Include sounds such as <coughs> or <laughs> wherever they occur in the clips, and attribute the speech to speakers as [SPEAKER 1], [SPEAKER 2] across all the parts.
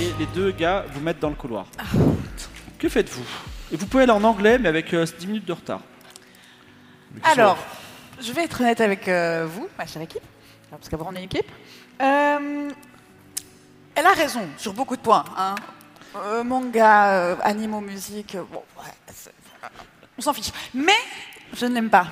[SPEAKER 1] Et les deux gars vous mettent dans le couloir. Que faites-vous Et vous pouvez aller en anglais, mais avec euh, 10 minutes de retard.
[SPEAKER 2] Alors, je vais être honnête avec euh, vous, ma chère équipe, alors, parce qu'avant on est une équipe. Euh, elle a raison sur beaucoup de points. hein. Euh, manga, euh, animaux, musique, euh, bon, ouais, c'est- on s'en fiche. Mais je ne l'aime pas.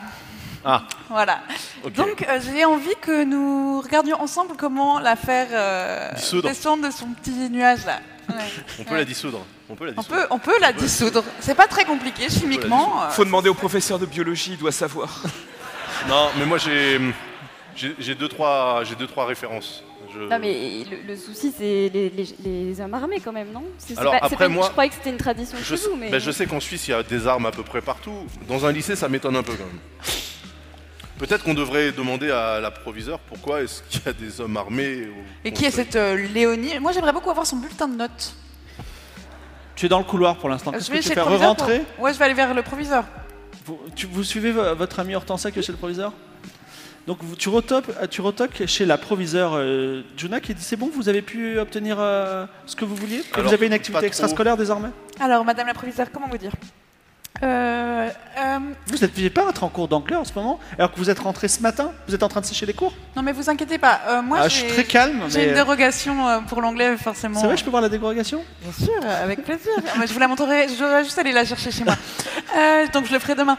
[SPEAKER 1] Ah,
[SPEAKER 2] Voilà.
[SPEAKER 1] Ok.
[SPEAKER 2] Donc euh, j'ai envie que nous regardions ensemble comment la faire euh,
[SPEAKER 3] Dissoudre.
[SPEAKER 2] descendre de son petit nuage là. Ouais.
[SPEAKER 3] On peut la dissoudre. On peut la
[SPEAKER 2] On
[SPEAKER 3] dissoudre.
[SPEAKER 2] peut, on peut la dissoudre. C'est pas très compliqué chimiquement. euh.
[SPEAKER 4] Faut demander au professeur de biologie, il doit savoir.
[SPEAKER 3] Non, mais moi j'ai j'ai j'ai deux trois j'ai deux trois références. Je-
[SPEAKER 5] Non, mais le, le souci, c'est les, les- les hommes armés quand même, non C'est- c'est
[SPEAKER 3] Alors,
[SPEAKER 5] pas- c'est
[SPEAKER 3] après,
[SPEAKER 5] pas une-
[SPEAKER 3] moi-
[SPEAKER 5] Je croyais que c'était une tradition
[SPEAKER 3] je,
[SPEAKER 5] chez vous, mais.
[SPEAKER 3] ben, je sais qu'en Suisse il y a des armes à peu près partout. Dans un lycée, ça m'étonne un peu quand même. Peut-être qu'on devrait demander à la proviseure pourquoi est-ce qu'il y a des hommes armés. au-
[SPEAKER 2] Et qui est cette euh, Léonie Moi j'aimerais beaucoup avoir son bulletin de notes.
[SPEAKER 1] tu es dans le couloir pour l'instant. Qu'est-ce que tu fais
[SPEAKER 2] le proviseur
[SPEAKER 1] Re-rentrer
[SPEAKER 2] pour- Ouais, je vais aller vers le proviseur.
[SPEAKER 1] Vous, tu- vous suivez vo- votre ami Hortensia qui est chez le proviseur Donc vous- tu, retopes- tu retoques chez la proviseure euh, Juna qui dit c'est bon, vous avez pu obtenir euh, ce que vous vouliez Et
[SPEAKER 3] Alors,
[SPEAKER 1] vous avez une
[SPEAKER 3] pas
[SPEAKER 1] activité
[SPEAKER 3] trop.
[SPEAKER 1] extrascolaire désormais
[SPEAKER 2] Alors, madame la proviseure, comment vous dire Euh, euh,
[SPEAKER 1] Vous ne deviez pas être en cours d'anglais en ce moment, alors que vous êtes rentré ce matin Vous êtes en train de sécher les cours
[SPEAKER 2] Non, mais vous inquiétez pas. euh, moi,
[SPEAKER 1] Ah, Je
[SPEAKER 2] j'ai-
[SPEAKER 1] suis très calme,
[SPEAKER 2] J'ai
[SPEAKER 1] mais...
[SPEAKER 2] une
[SPEAKER 1] euh,
[SPEAKER 2] dérogation euh, pour l'anglais, forcément.
[SPEAKER 1] C'est vrai, je peux voir la dérogation
[SPEAKER 2] Bien sûr, avec plaisir. Ah, moi, je vous la montrerai, je vais juste aller la chercher chez
[SPEAKER 1] <laughs>
[SPEAKER 2] moi. Euh, donc, je le ferai demain.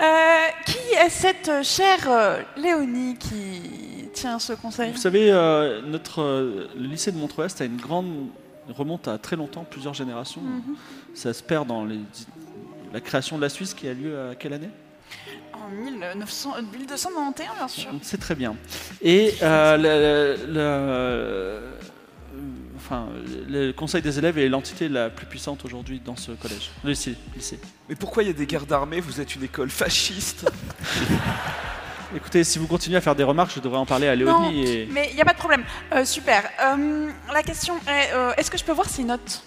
[SPEAKER 2] Euh, qui est cette euh, chère euh, Léonie qui tient ce conseil
[SPEAKER 1] Vous savez, euh, notre euh, le lycée de Montreuil-Est a une grande remonte à très longtemps, plusieurs générations.
[SPEAKER 2] Mhm.
[SPEAKER 1] Ça se perd dans les- la création de la Suisse qui a lieu à quelle année
[SPEAKER 2] En 1900, euh, 1291, bien sûr.
[SPEAKER 1] C'est très bien. Et euh, le, le- le- euh, enfin, le conseil des élèves est l'entité la plus puissante aujourd'hui dans ce collège, lycée, lycée.
[SPEAKER 4] Mais pourquoi il y a des gardes armés Vous êtes une école <laughs> fasciste.
[SPEAKER 1] Écoutez, si vous continuez à faire des remarques, je devrais en parler à
[SPEAKER 2] Non,
[SPEAKER 1] Léonie. et...
[SPEAKER 2] mais il n'y a pas de problème. Euh, super. Euh, la question est euh, est-ce que je peux voir ces notes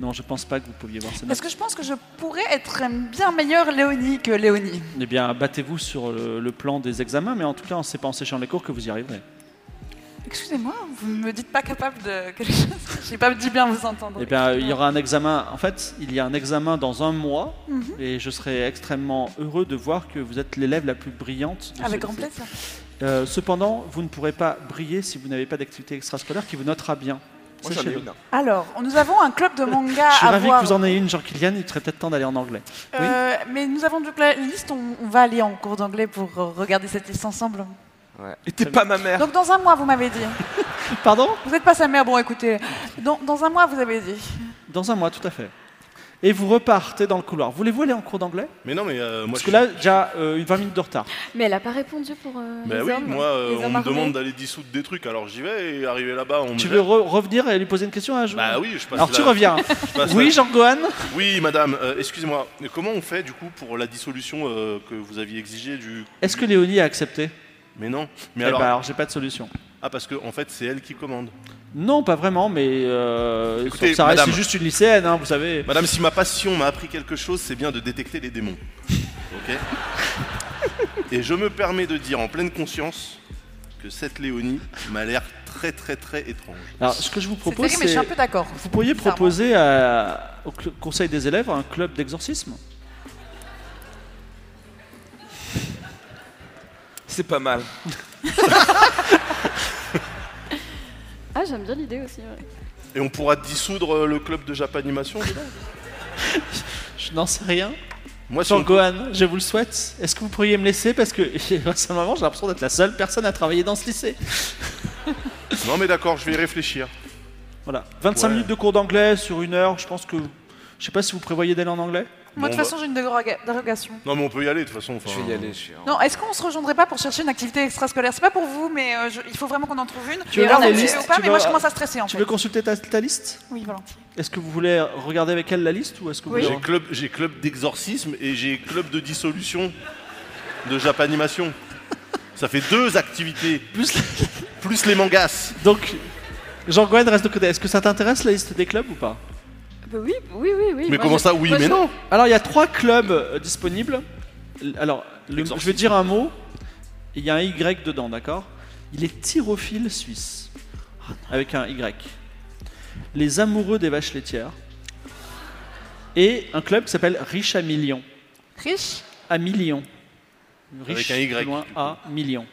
[SPEAKER 1] non, je pense pas que vous pouviez voir ça.
[SPEAKER 2] Parce que je pense que je pourrais être une bien meilleure Léonie que Léonie.
[SPEAKER 1] Eh bien, battez-vous sur le, le plan des examens, mais en tout cas, on sait pas en séchant les cours que vous y arriverez.
[SPEAKER 2] Excusez-moi, vous ne me dites pas capable de quelque chose <laughs> Je n'ai pas dit bien vous entendre.
[SPEAKER 1] Eh bien, il y aura un examen. En fait, il y a un examen dans un mois,
[SPEAKER 2] Mhm.
[SPEAKER 1] et je serais extrêmement heureux de voir que vous êtes l'élève la plus brillante. De ce
[SPEAKER 2] Ah, Avec grand
[SPEAKER 1] lycée.
[SPEAKER 2] plaisir.
[SPEAKER 1] Euh, cependant, vous ne pourrez pas briller si vous n'avez pas d'activité extrascolaire qui vous notera bien.
[SPEAKER 4] Moi j'en ai
[SPEAKER 1] Sachez-le.
[SPEAKER 4] une.
[SPEAKER 2] Alors, nous avons un club de manga
[SPEAKER 1] Euh, Je suis
[SPEAKER 2] à
[SPEAKER 1] ravi
[SPEAKER 2] voir.
[SPEAKER 1] que vous en ayez une, Jean-Kylian. Il serait peut-être temps d'aller en anglais. Oui.
[SPEAKER 2] Euh, mais nous avons donc la liste, on, on va aller en cours d'anglais pour euh, regarder cette liste ensemble.
[SPEAKER 4] Ouais. Et t'es pas ma mère.
[SPEAKER 2] Donc dans un mois, vous m'avez dit.
[SPEAKER 1] Pardon
[SPEAKER 2] Vous n'êtes pas sa mère, bon écoutez. Dans, dans un mois, vous avez dit.
[SPEAKER 1] Dans un mois, tout à fait. Et vous repartez dans le couloir. Voulez-vous aller en cours d'anglais
[SPEAKER 3] Mais non, mais euh, moi.
[SPEAKER 1] Parce
[SPEAKER 3] je
[SPEAKER 1] que
[SPEAKER 3] suis-
[SPEAKER 1] là, déjà euh, une 20 minutes de retard.
[SPEAKER 5] Mais elle a pas répondu pour. euh,
[SPEAKER 3] Ben
[SPEAKER 5] les
[SPEAKER 3] oui,
[SPEAKER 5] hommes,
[SPEAKER 3] moi euh,
[SPEAKER 5] les
[SPEAKER 3] on
[SPEAKER 5] hommes
[SPEAKER 3] me
[SPEAKER 5] armés.
[SPEAKER 3] demande d'aller dissoudre des trucs, alors j'y vais et arrivé là-bas on me.
[SPEAKER 1] Tu
[SPEAKER 3] jette.
[SPEAKER 1] veux re- revenir et lui poser une question à Jean
[SPEAKER 3] Bah oui, je passe.
[SPEAKER 1] Alors tu
[SPEAKER 3] la- <laughs>
[SPEAKER 1] reviens.
[SPEAKER 3] je passe la-
[SPEAKER 1] oui, Jean-Gohan
[SPEAKER 3] Oui, madame, euh, excusez-moi. mais Comment on fait du coup pour la dissolution euh, que vous aviez exigée du.
[SPEAKER 1] Est-ce que Léonie a accepté
[SPEAKER 3] Mais non.
[SPEAKER 1] Eh
[SPEAKER 3] Mais
[SPEAKER 1] ben,
[SPEAKER 3] alors.
[SPEAKER 1] alors, j'ai pas de solution.
[SPEAKER 3] Ah, parce que en fait, c'est elle qui commande.
[SPEAKER 1] Non, pas vraiment, mais euh,
[SPEAKER 3] Écoutez,
[SPEAKER 1] ça reste
[SPEAKER 3] madame. Bah,
[SPEAKER 1] juste une lycéenne, hein, vous savez.
[SPEAKER 3] Madame, si ma passion m'a appris quelque chose, c'est bien de détecter les démons.
[SPEAKER 1] <laughs>
[SPEAKER 3] Ok Et je me permets de dire en pleine conscience que cette Léonie m'a l'air très, très, très étrange.
[SPEAKER 1] Alors ce que je vous
[SPEAKER 2] C'est
[SPEAKER 1] propose,
[SPEAKER 2] terrible, mais je suis un
[SPEAKER 1] c'est
[SPEAKER 2] peu d'accord.
[SPEAKER 1] vous pourriez
[SPEAKER 2] Bizarrement.
[SPEAKER 1] proposer à- au cl- conseil des élèves un club d'exorcisme.
[SPEAKER 4] C'est pas mal.
[SPEAKER 5] Ah, j'aime bien l'idée aussi. ouais.
[SPEAKER 3] Et on pourra dissoudre euh, le club de Japanimation dedans
[SPEAKER 1] Je n'en sais rien.
[SPEAKER 3] Moi, si on-
[SPEAKER 1] Jean-Gohan, je vous le souhaite. Est-ce que vous pourriez me laisser parce que <laughs> récemment j'ai l'impression d'être la seule personne à travailler dans ce lycée.
[SPEAKER 3] Non, mais d'accord, je vais y réfléchir.
[SPEAKER 1] Voilà. 25
[SPEAKER 3] Ouais.
[SPEAKER 1] minutes de cours d'anglais sur une heure, je pense que. Je sais pas si vous prévoyez d'aller en anglais.
[SPEAKER 2] Moi, de
[SPEAKER 3] Bon,
[SPEAKER 2] toute façon,
[SPEAKER 1] bah.
[SPEAKER 2] j'ai une déroga- dérogation.
[SPEAKER 3] Non, mais on peut y aller de toute façon. enfin.
[SPEAKER 4] Je vais y aller, je suis.
[SPEAKER 2] Non, est-ce qu'on se rejoindrait pas pour chercher une activité extrascolaire C'est pas pour vous, mais euh, je- il faut vraiment qu'on en trouve une.
[SPEAKER 1] Tu veux
[SPEAKER 2] Et
[SPEAKER 1] voir
[SPEAKER 2] on a
[SPEAKER 1] la
[SPEAKER 2] décidé
[SPEAKER 1] liste
[SPEAKER 2] ou pas,
[SPEAKER 1] Tu
[SPEAKER 2] mais
[SPEAKER 1] veux- euh,
[SPEAKER 2] moi, je commence à stresser, en
[SPEAKER 1] Tu
[SPEAKER 2] fait.
[SPEAKER 1] veux consulter ta, ta liste
[SPEAKER 2] Oui, volontiers.
[SPEAKER 1] Est-ce que vous voulez regarder avec elle la liste ou est-ce que vous
[SPEAKER 3] J'ai club, j'ai club d'exorcisme et j'ai club de dissolution de Japanimation. Ça fait deux activités,
[SPEAKER 1] Plus
[SPEAKER 3] plus les mangas.
[SPEAKER 1] Donc, Jean-Gwen reste de côté. Est-ce que ça t'intéresse la liste des clubs ou pas
[SPEAKER 5] Bah oui, oui, oui, oui.
[SPEAKER 3] Mais
[SPEAKER 5] Moi,
[SPEAKER 3] comment
[SPEAKER 5] je-
[SPEAKER 3] ça Oui,
[SPEAKER 5] moi,
[SPEAKER 3] mais
[SPEAKER 5] je-
[SPEAKER 3] non
[SPEAKER 1] Alors, il y a trois clubs euh, disponibles. L- Alors, le- je vais dire un mot. Il y a un Y dedans, d'accord Il est tyrophile suisse. Avec un Y. Les amoureux des vaches laitières. Et un club qui s'appelle Riche à Millions.
[SPEAKER 2] Riche
[SPEAKER 1] À Millions.
[SPEAKER 3] Avec
[SPEAKER 1] Riche,
[SPEAKER 3] un Y,
[SPEAKER 1] plus loin,
[SPEAKER 3] du coup.
[SPEAKER 1] à Millions.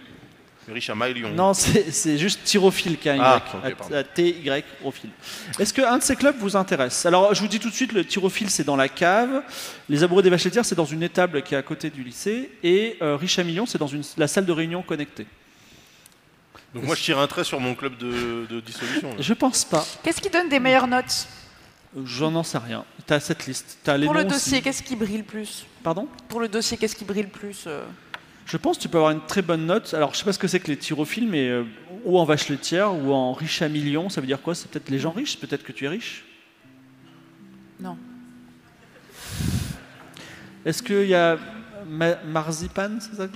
[SPEAKER 3] Riche à Maillon.
[SPEAKER 1] Non, c'est c'est juste tyrophile qui a un Y.
[SPEAKER 3] Ah, ok, pardon.
[SPEAKER 1] A- a- T-Y, rophile. Est-ce qu'un de ces clubs vous intéresse Alors, je vous dis tout de suite, le tyrophile, c'est dans la cave. Les amoureux des vaches laitières, c'est dans une étable qui est à côté du lycée. Et euh, Riche à Millions, c'est dans une, la salle de réunion connectée.
[SPEAKER 3] Donc moi, je tire un trait sur mon club de, de dissolution. là.
[SPEAKER 1] Je pense pas.
[SPEAKER 2] Qu'est-ce qui donne des meilleures notes
[SPEAKER 1] J'en en sais rien. T'as cette liste. T'as les
[SPEAKER 2] Pour le
[SPEAKER 1] noms aussi.
[SPEAKER 2] dossier, qu'est-ce qui brille le plus
[SPEAKER 1] Pardon
[SPEAKER 2] Pour le dossier, qu'est-ce qui brille le plus euh
[SPEAKER 1] Je pense que tu peux avoir une très bonne note. Alors, je sais pas ce que c'est que les tyrophiles, mais euh, ou en vache laitière, ou en riche à millions, ça veut dire quoi C'est peut-être les gens riches Peut-être que tu es riche
[SPEAKER 2] Non.
[SPEAKER 1] Est-ce qu'il y a Ma- Marzipan, c'est ça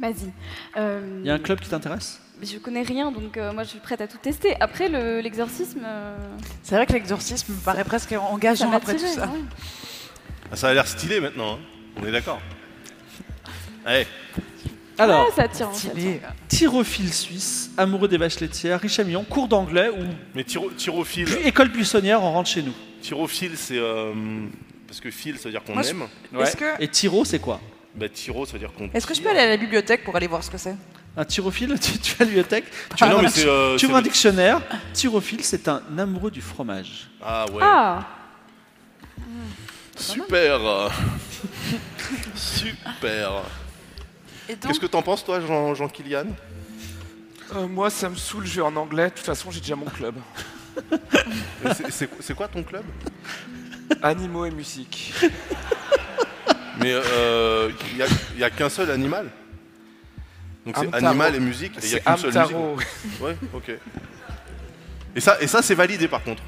[SPEAKER 5] Vas-y. Euh,
[SPEAKER 1] Il y a un club qui t'intéresse
[SPEAKER 5] Je connais rien, donc euh, moi je suis prête à tout tester. Après le- l'exorcisme, euh,
[SPEAKER 2] C'est vrai que l'exorcisme me paraît presque
[SPEAKER 5] ça
[SPEAKER 2] engageant
[SPEAKER 5] m'a
[SPEAKER 2] après tout
[SPEAKER 5] attirée,
[SPEAKER 2] ça.
[SPEAKER 5] ouais.
[SPEAKER 3] Ah, ça a l'air stylé maintenant. hein. On est d'accord. Eh, Allez,
[SPEAKER 1] Alors,
[SPEAKER 3] Ah,
[SPEAKER 5] Ouais, Ah, ça attire. en fait.
[SPEAKER 2] Stylé.
[SPEAKER 1] tyrophile suisse, amoureux des vaches laitières, riche à millions, cours d'anglais ou
[SPEAKER 3] mais tiro- tyrophile,
[SPEAKER 1] puis école buissonnière, on rentre chez nous.
[SPEAKER 3] tyrophile, c'est euh, parce que fil, ça veut dire qu'on
[SPEAKER 2] Moi, je-
[SPEAKER 3] aime.
[SPEAKER 2] Est-ce que,
[SPEAKER 1] Et tyro, c'est quoi
[SPEAKER 3] Bah tyro, ça veut dire qu'on.
[SPEAKER 2] est-ce que je peux
[SPEAKER 3] tire.
[SPEAKER 2] aller à la bibliothèque pour aller voir ce que c'est
[SPEAKER 1] Un tyrophile, <laughs> tu, tu vas à la bibliothèque, tu,
[SPEAKER 3] Ah, non,
[SPEAKER 1] ouvres un
[SPEAKER 3] mais
[SPEAKER 1] dic-
[SPEAKER 3] c'est, euh,
[SPEAKER 1] tu
[SPEAKER 3] c'est
[SPEAKER 1] ouvres un
[SPEAKER 3] le-
[SPEAKER 1] dictionnaire. Tyrophile, c'est un amoureux du fromage.
[SPEAKER 3] Ah ouais.
[SPEAKER 5] Ah,
[SPEAKER 3] Super. <laughs> Super.
[SPEAKER 2] Et donc,
[SPEAKER 3] Qu'est-ce que t'en penses toi, Jean, Jean Kilian
[SPEAKER 4] Euh, moi, ça me saoule, je vais en anglais. De toute façon, j'ai déjà mon <laughs> club.
[SPEAKER 3] Mais c'est- C'est c'est quoi ton club
[SPEAKER 4] Animaux et musique.
[SPEAKER 3] Mais il euh, n'y a, y a qu'un seul animal. Donc c'est
[SPEAKER 4] Hamtaro.
[SPEAKER 3] animal et musique, et il n'y a
[SPEAKER 4] C'est
[SPEAKER 3] qu'une seule
[SPEAKER 4] Amtaro.
[SPEAKER 3] musique. Ouais, ok. Et ça, et ça c'est validé par contre.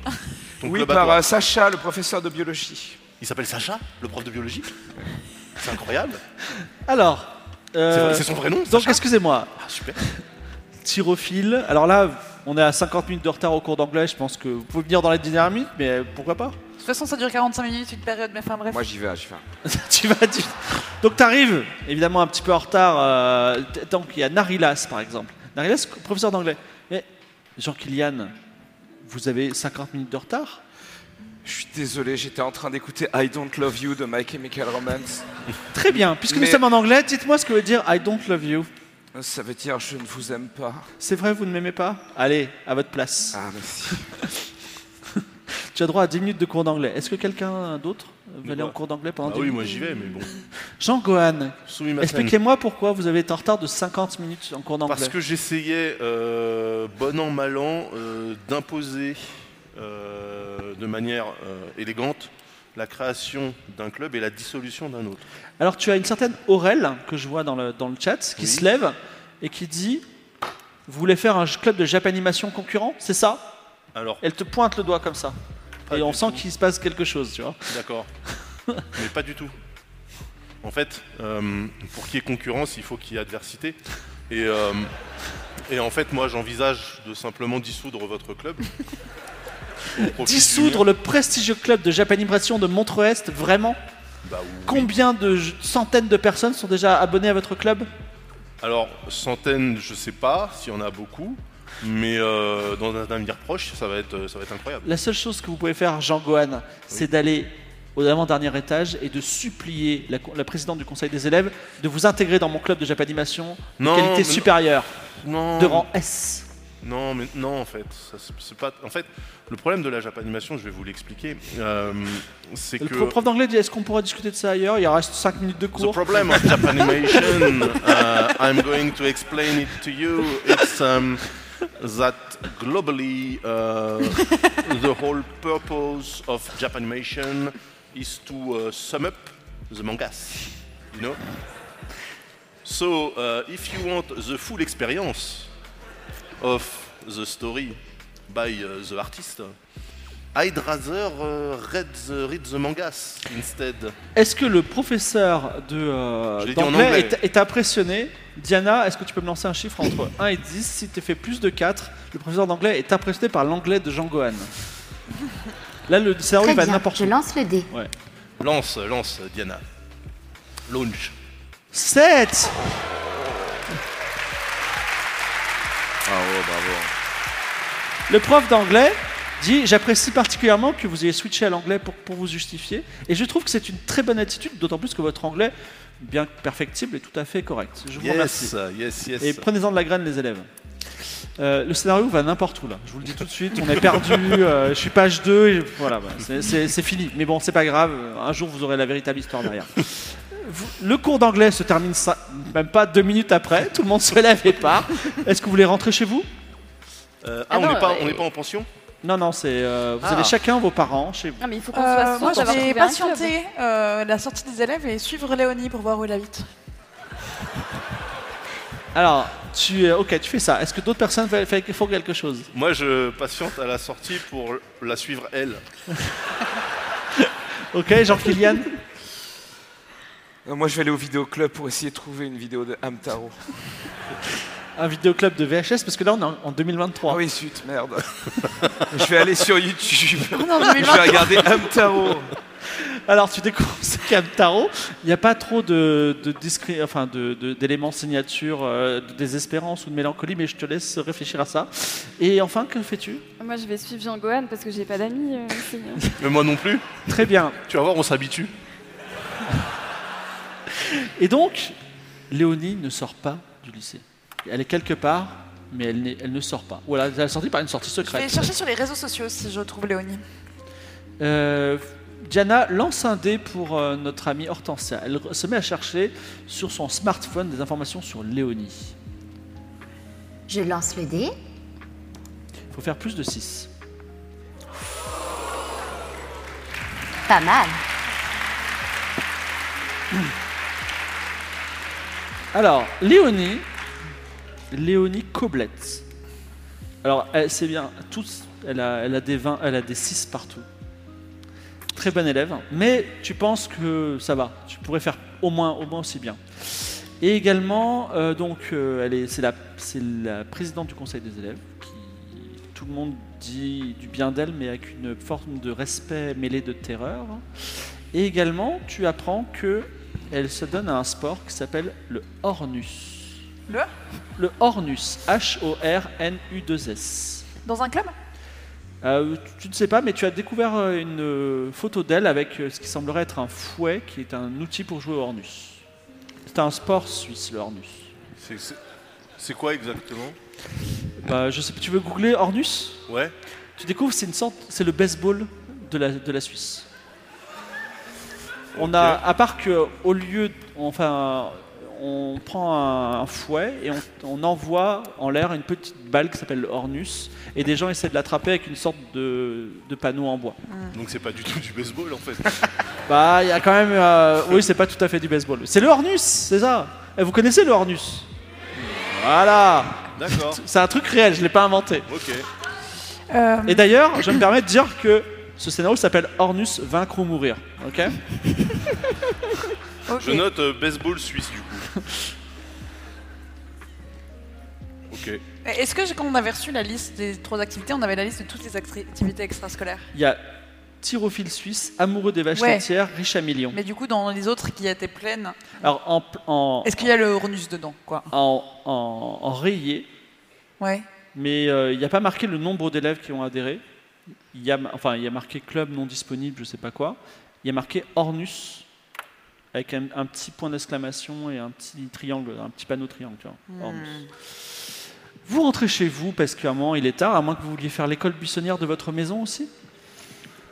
[SPEAKER 3] Ton
[SPEAKER 4] Oui,
[SPEAKER 3] club à
[SPEAKER 4] par
[SPEAKER 3] toi.
[SPEAKER 4] euh, Sacha, le professeur de biologie.
[SPEAKER 3] Il s'appelle Sacha, le prof de biologie. C'est incroyable.
[SPEAKER 4] Euh,
[SPEAKER 1] Alors,
[SPEAKER 3] C'est
[SPEAKER 1] euh,
[SPEAKER 3] vrai- C'est son vrai nom
[SPEAKER 1] donc
[SPEAKER 3] Sacha
[SPEAKER 1] excusez-moi,
[SPEAKER 3] Ah, super.
[SPEAKER 1] tyrophile. Alors là, on est à 50 minutes de retard au cours d'anglais, je pense que vous pouvez venir dans les dernières minutes, mais euh, pourquoi pas
[SPEAKER 2] de toute façon, ça dure 45 minutes, une période, mais enfin bref.
[SPEAKER 4] Moi, j'y vais, j'y vais.
[SPEAKER 1] <laughs> tu vas tu- donc t'arrives évidemment un petit peu en retard euh, t- donc il y a Narilas par exemple Narilas professeur d'anglais mais Jean Kilian vous avez 50 minutes de retard
[SPEAKER 4] Je suis désolé, j'étais en train d'écouter I Don't Love You de My Chemical Romance.
[SPEAKER 1] très bien puisque nous
[SPEAKER 4] Mais-
[SPEAKER 1] sommes en anglais dites-moi ce que veut dire I don't love you
[SPEAKER 4] Ça veut dire je ne vous aime pas.
[SPEAKER 1] c'est vrai vous ne m'aimez pas allez à votre place
[SPEAKER 4] Ah, merci.
[SPEAKER 1] tu as droit à 10 minutes de cours d'anglais est-ce que quelqu'un d'autre veut
[SPEAKER 3] Mais
[SPEAKER 1] aller en
[SPEAKER 3] moi-
[SPEAKER 1] cours d'anglais
[SPEAKER 3] Ah
[SPEAKER 1] pendant 10
[SPEAKER 3] oui,
[SPEAKER 1] minutes
[SPEAKER 3] moi j'y vais, mais bon.
[SPEAKER 1] Jean Gohan
[SPEAKER 3] Soumis ma scène.
[SPEAKER 1] expliquez-moi pourquoi vous avez été en retard de 50 minutes en cours d'anglais
[SPEAKER 3] Parce que j'essayais, euh, bon an, mal an, euh, d'imposer euh, de manière euh, élégante la création d'un club et la dissolution d'un autre.
[SPEAKER 1] Alors tu as une certaine Aurel que je vois dans le, dans le chat qui
[SPEAKER 3] Oui.
[SPEAKER 1] se lève et qui dit Vous voulez faire un club de Japanimation concurrent C'est ça
[SPEAKER 3] Alors,
[SPEAKER 1] Elle te pointe le doigt comme ça.
[SPEAKER 3] Pas
[SPEAKER 1] et
[SPEAKER 3] du
[SPEAKER 1] on sent
[SPEAKER 3] tout.
[SPEAKER 1] qu'il se passe quelque chose, tu vois.
[SPEAKER 3] d'accord. Mais pas du tout. En fait, euh, pour qu'il y ait concurrence, il faut qu'il y ait adversité. Et, euh, et en fait, moi, j'envisage de simplement dissoudre votre club. au profit du
[SPEAKER 1] Dissoudre
[SPEAKER 3] mien.
[SPEAKER 1] le prestigieux club de Japanimation de Montre-Est, vraiment
[SPEAKER 3] Bah oui.
[SPEAKER 1] Combien de j- centaines de personnes sont déjà abonnées à votre club
[SPEAKER 3] Alors, centaines, je sais pas s'il y en a beaucoup, mais euh, dans un avenir proche, ça va être, ça va être incroyable.
[SPEAKER 1] La seule chose que vous pouvez faire, Jean Gohan, c'est d'aller au avant-dernier étage et de supplier la, co- la présidente du conseil des élèves de vous intégrer dans mon club de Japanimation de
[SPEAKER 3] Non,
[SPEAKER 1] qualité
[SPEAKER 3] mais non.
[SPEAKER 1] supérieure,
[SPEAKER 3] Non,
[SPEAKER 1] de rang S.
[SPEAKER 3] non, mais non, en fait, ça, c'est- c'est pas. En fait, le problème de la japanimation, je vais vous l'expliquer, euh, c'est
[SPEAKER 1] Le
[SPEAKER 3] que
[SPEAKER 1] prof d'anglais dit est-ce qu'on pourra discuter de ça ailleurs Il reste 5 minutes de
[SPEAKER 3] the
[SPEAKER 1] cours.
[SPEAKER 3] problem of Japanimation, uh, I'm going to explain it to you. It's um, that globally uh, the whole purpose of Japanimation is to uh, sum up the mangas, you know. So uh, if you want the full experience of the story by uh, the artist, I'd rather uh, read, the, read the mangas instead.
[SPEAKER 1] Est-ce que le professeur de euh,
[SPEAKER 3] Je l'ai dit en
[SPEAKER 1] d'anglais
[SPEAKER 3] anglais.
[SPEAKER 1] est, est impressionné Diana, est-ce que tu peux me lancer un chiffre entre <laughs> 1 et 10 Si tu fais plus de 4, le professeur d'anglais est impressionné par l'anglais de Jean Gohan. Là, le cerveau
[SPEAKER 6] Très
[SPEAKER 1] il va
[SPEAKER 6] bien,
[SPEAKER 1] Ah bah, n'importe
[SPEAKER 6] je
[SPEAKER 1] où.
[SPEAKER 6] lance le dé.
[SPEAKER 1] Ouais.
[SPEAKER 3] Lance, lance, Diana. Launch.
[SPEAKER 1] 7
[SPEAKER 3] oh,
[SPEAKER 4] Ah ouais, bravo.
[SPEAKER 1] Le prof d'anglais dit J'apprécie particulièrement que vous ayez switché à l'anglais pour, pour vous justifier, et je trouve que c'est une très bonne attitude, d'autant plus que votre anglais, bien que perfectible, est tout à fait correct. Je vous remercie.
[SPEAKER 3] Yes, yes, yes.
[SPEAKER 1] Et prenez-en de la graine, les élèves. Euh, le scénario va n'importe où là, je vous le dis tout de suite, on est perdu, euh, je suis page 2, et voilà, bah, c'est- c'est c'est fini. Mais bon, c'est pas grave, un jour vous aurez la véritable histoire derrière. Vous- le cours d'anglais se termine ça, même pas deux minutes après, tout le monde se lève et part. Est-ce que vous voulez rentrer chez vous
[SPEAKER 3] Euh, ah,
[SPEAKER 5] Ah
[SPEAKER 3] on
[SPEAKER 5] non,
[SPEAKER 3] n'est pas,
[SPEAKER 5] euh,
[SPEAKER 3] on n'est pas en pension
[SPEAKER 1] Non, non, c'est. euh, vous
[SPEAKER 3] Ah.
[SPEAKER 1] avez chacun vos parents chez vous.
[SPEAKER 5] Ah, mais il faut qu'on
[SPEAKER 2] Euh,
[SPEAKER 5] soit
[SPEAKER 2] moi,
[SPEAKER 5] sûr d'avoir
[SPEAKER 2] j'ai
[SPEAKER 5] trouvé un club.
[SPEAKER 2] patienté euh, la sortie des élèves et suivre Léonie pour voir où elle habite.
[SPEAKER 1] Alors, tu, euh, ok, tu fais ça. Est-ce que d'autres personnes fa- fa- font quelque chose
[SPEAKER 3] Moi, je patiente à la sortie pour la suivre, elle.
[SPEAKER 1] Ok, Jean-Kylian
[SPEAKER 4] Non, Euh, moi, je vais aller au vidéoclub pour essayer de trouver une vidéo de Hamtaro.
[SPEAKER 1] Un vidéoclub de VHS, parce que là, on est en- en 2023.
[SPEAKER 4] Ah oui, zut, merde. <laughs> je vais aller sur YouTube.
[SPEAKER 1] Ah
[SPEAKER 2] Non,
[SPEAKER 4] je vais regarder Hamtaro.
[SPEAKER 1] Alors, tu découvres ce qu'est Hamtaro. Il n'y a pas trop de, de discré- enfin, de- de- d'éléments signature, euh, de désespérance ou de mélancolie, mais je te laisse réfléchir à ça. Et enfin, que fais-tu
[SPEAKER 5] Moi, je vais suivre Jean Gohan parce que j'ai pas d'amis. euh, ici.
[SPEAKER 2] <laughs>
[SPEAKER 3] Mais moi non plus.
[SPEAKER 1] Très bien.
[SPEAKER 3] Tu vas voir, on s'habitue.
[SPEAKER 1] Et donc, Léonie ne sort pas du lycée. Elle est quelque part, mais elle, n'est- elle ne sort pas. Voilà, elle est sortie par une sortie
[SPEAKER 2] Je vais
[SPEAKER 1] secrète.
[SPEAKER 2] chercher sur les réseaux sociaux si je trouve Léonie.
[SPEAKER 1] Euh, Diana lance un dé pour euh, notre amie Hortensia. Elle re- se met à chercher sur son smartphone des informations sur Léonie.
[SPEAKER 6] Je lance le dé.
[SPEAKER 1] Il faut faire plus de 6.
[SPEAKER 6] Pas mal.
[SPEAKER 1] Alors, Léonie, Léonie Coblette. Alors, elle- c'est bien, tous, elle a, elle a des 20, elle a des 6 partout. Très bonne élève, mais tu penses que ça va, tu pourrais faire au moins, au moins aussi bien. Et également, euh, donc, euh, elle est, c'est la, c'est la présidente du conseil des élèves qui, tout le monde dit du bien d'elle, mais avec une forme de respect mêlée de terreur. Et également, tu apprends que elle se donne à un sport qui s'appelle le Hornus.
[SPEAKER 2] Le
[SPEAKER 1] Le Hornus, H-O-R-N-U-2-S.
[SPEAKER 2] Dans un club
[SPEAKER 1] Euh, tu- tu ne sais pas, mais tu as découvert euh, une euh, photo d'elle avec euh, ce qui semblerait être un fouet qui est un outil pour jouer au Hornus. C'est un sport suisse, le Hornus.
[SPEAKER 3] C'est- c'est- C'est quoi exactement
[SPEAKER 1] Bah, je sais pas, tu veux googler Hornus
[SPEAKER 3] Ouais.
[SPEAKER 1] Tu découvres, c'est une sorte, c'est le baseball de la, de la Suisse. On a, à part que au lieu, enfin, on prend un, un fouet et on, on envoie en l'air une petite balle qui s'appelle le Hornus et des gens essaient de l'attraper avec une sorte de, de panneau en bois.
[SPEAKER 3] Donc c'est pas du tout du baseball en fait.
[SPEAKER 1] Bah, il y a quand même, euh, oui, c'est pas tout à fait du baseball. C'est le Hornus, c'est ça. Eh, Vous connaissez le Hornus Voilà,
[SPEAKER 3] <laughs> D'accord.
[SPEAKER 1] c'est un truc réel, je l'ai pas inventé.
[SPEAKER 3] Ok.
[SPEAKER 2] Euh,
[SPEAKER 1] Et d'ailleurs, je me permets de dire que ce scénario s'appelle Hornus vaincre ou mourir. Ok
[SPEAKER 2] ok.
[SPEAKER 3] Je note euh, baseball suisse du coup. Ok.
[SPEAKER 2] Est-ce que quand on avait reçu la liste des trois activités, on avait la liste de toutes les actri- activités extrascolaires
[SPEAKER 1] Il y a tyrophile suisse, amoureux des vaches
[SPEAKER 2] Ouais.
[SPEAKER 1] laitières, riche à millions.
[SPEAKER 2] Mais du coup, dans les autres qui étaient pleines,
[SPEAKER 1] Alors en, pl- en,
[SPEAKER 2] est-ce qu'il y a le Hornus dedans quoi
[SPEAKER 1] en, en- en rayé,
[SPEAKER 2] Ouais.
[SPEAKER 1] mais euh, il n'y a pas marqué le nombre d'élèves qui ont adhéré. Il y a, ma- enfin, il y a marqué club non disponible, je sais pas quoi. Il y a marqué Hornus avec un, un petit point d'exclamation et un petit triangle, un petit panneau triangle. tu vois, Hornus. Vous rentrez chez vous parce qu'à un moment il est tard, à moins que vous vouliez faire l'école buissonnière de votre maison aussi.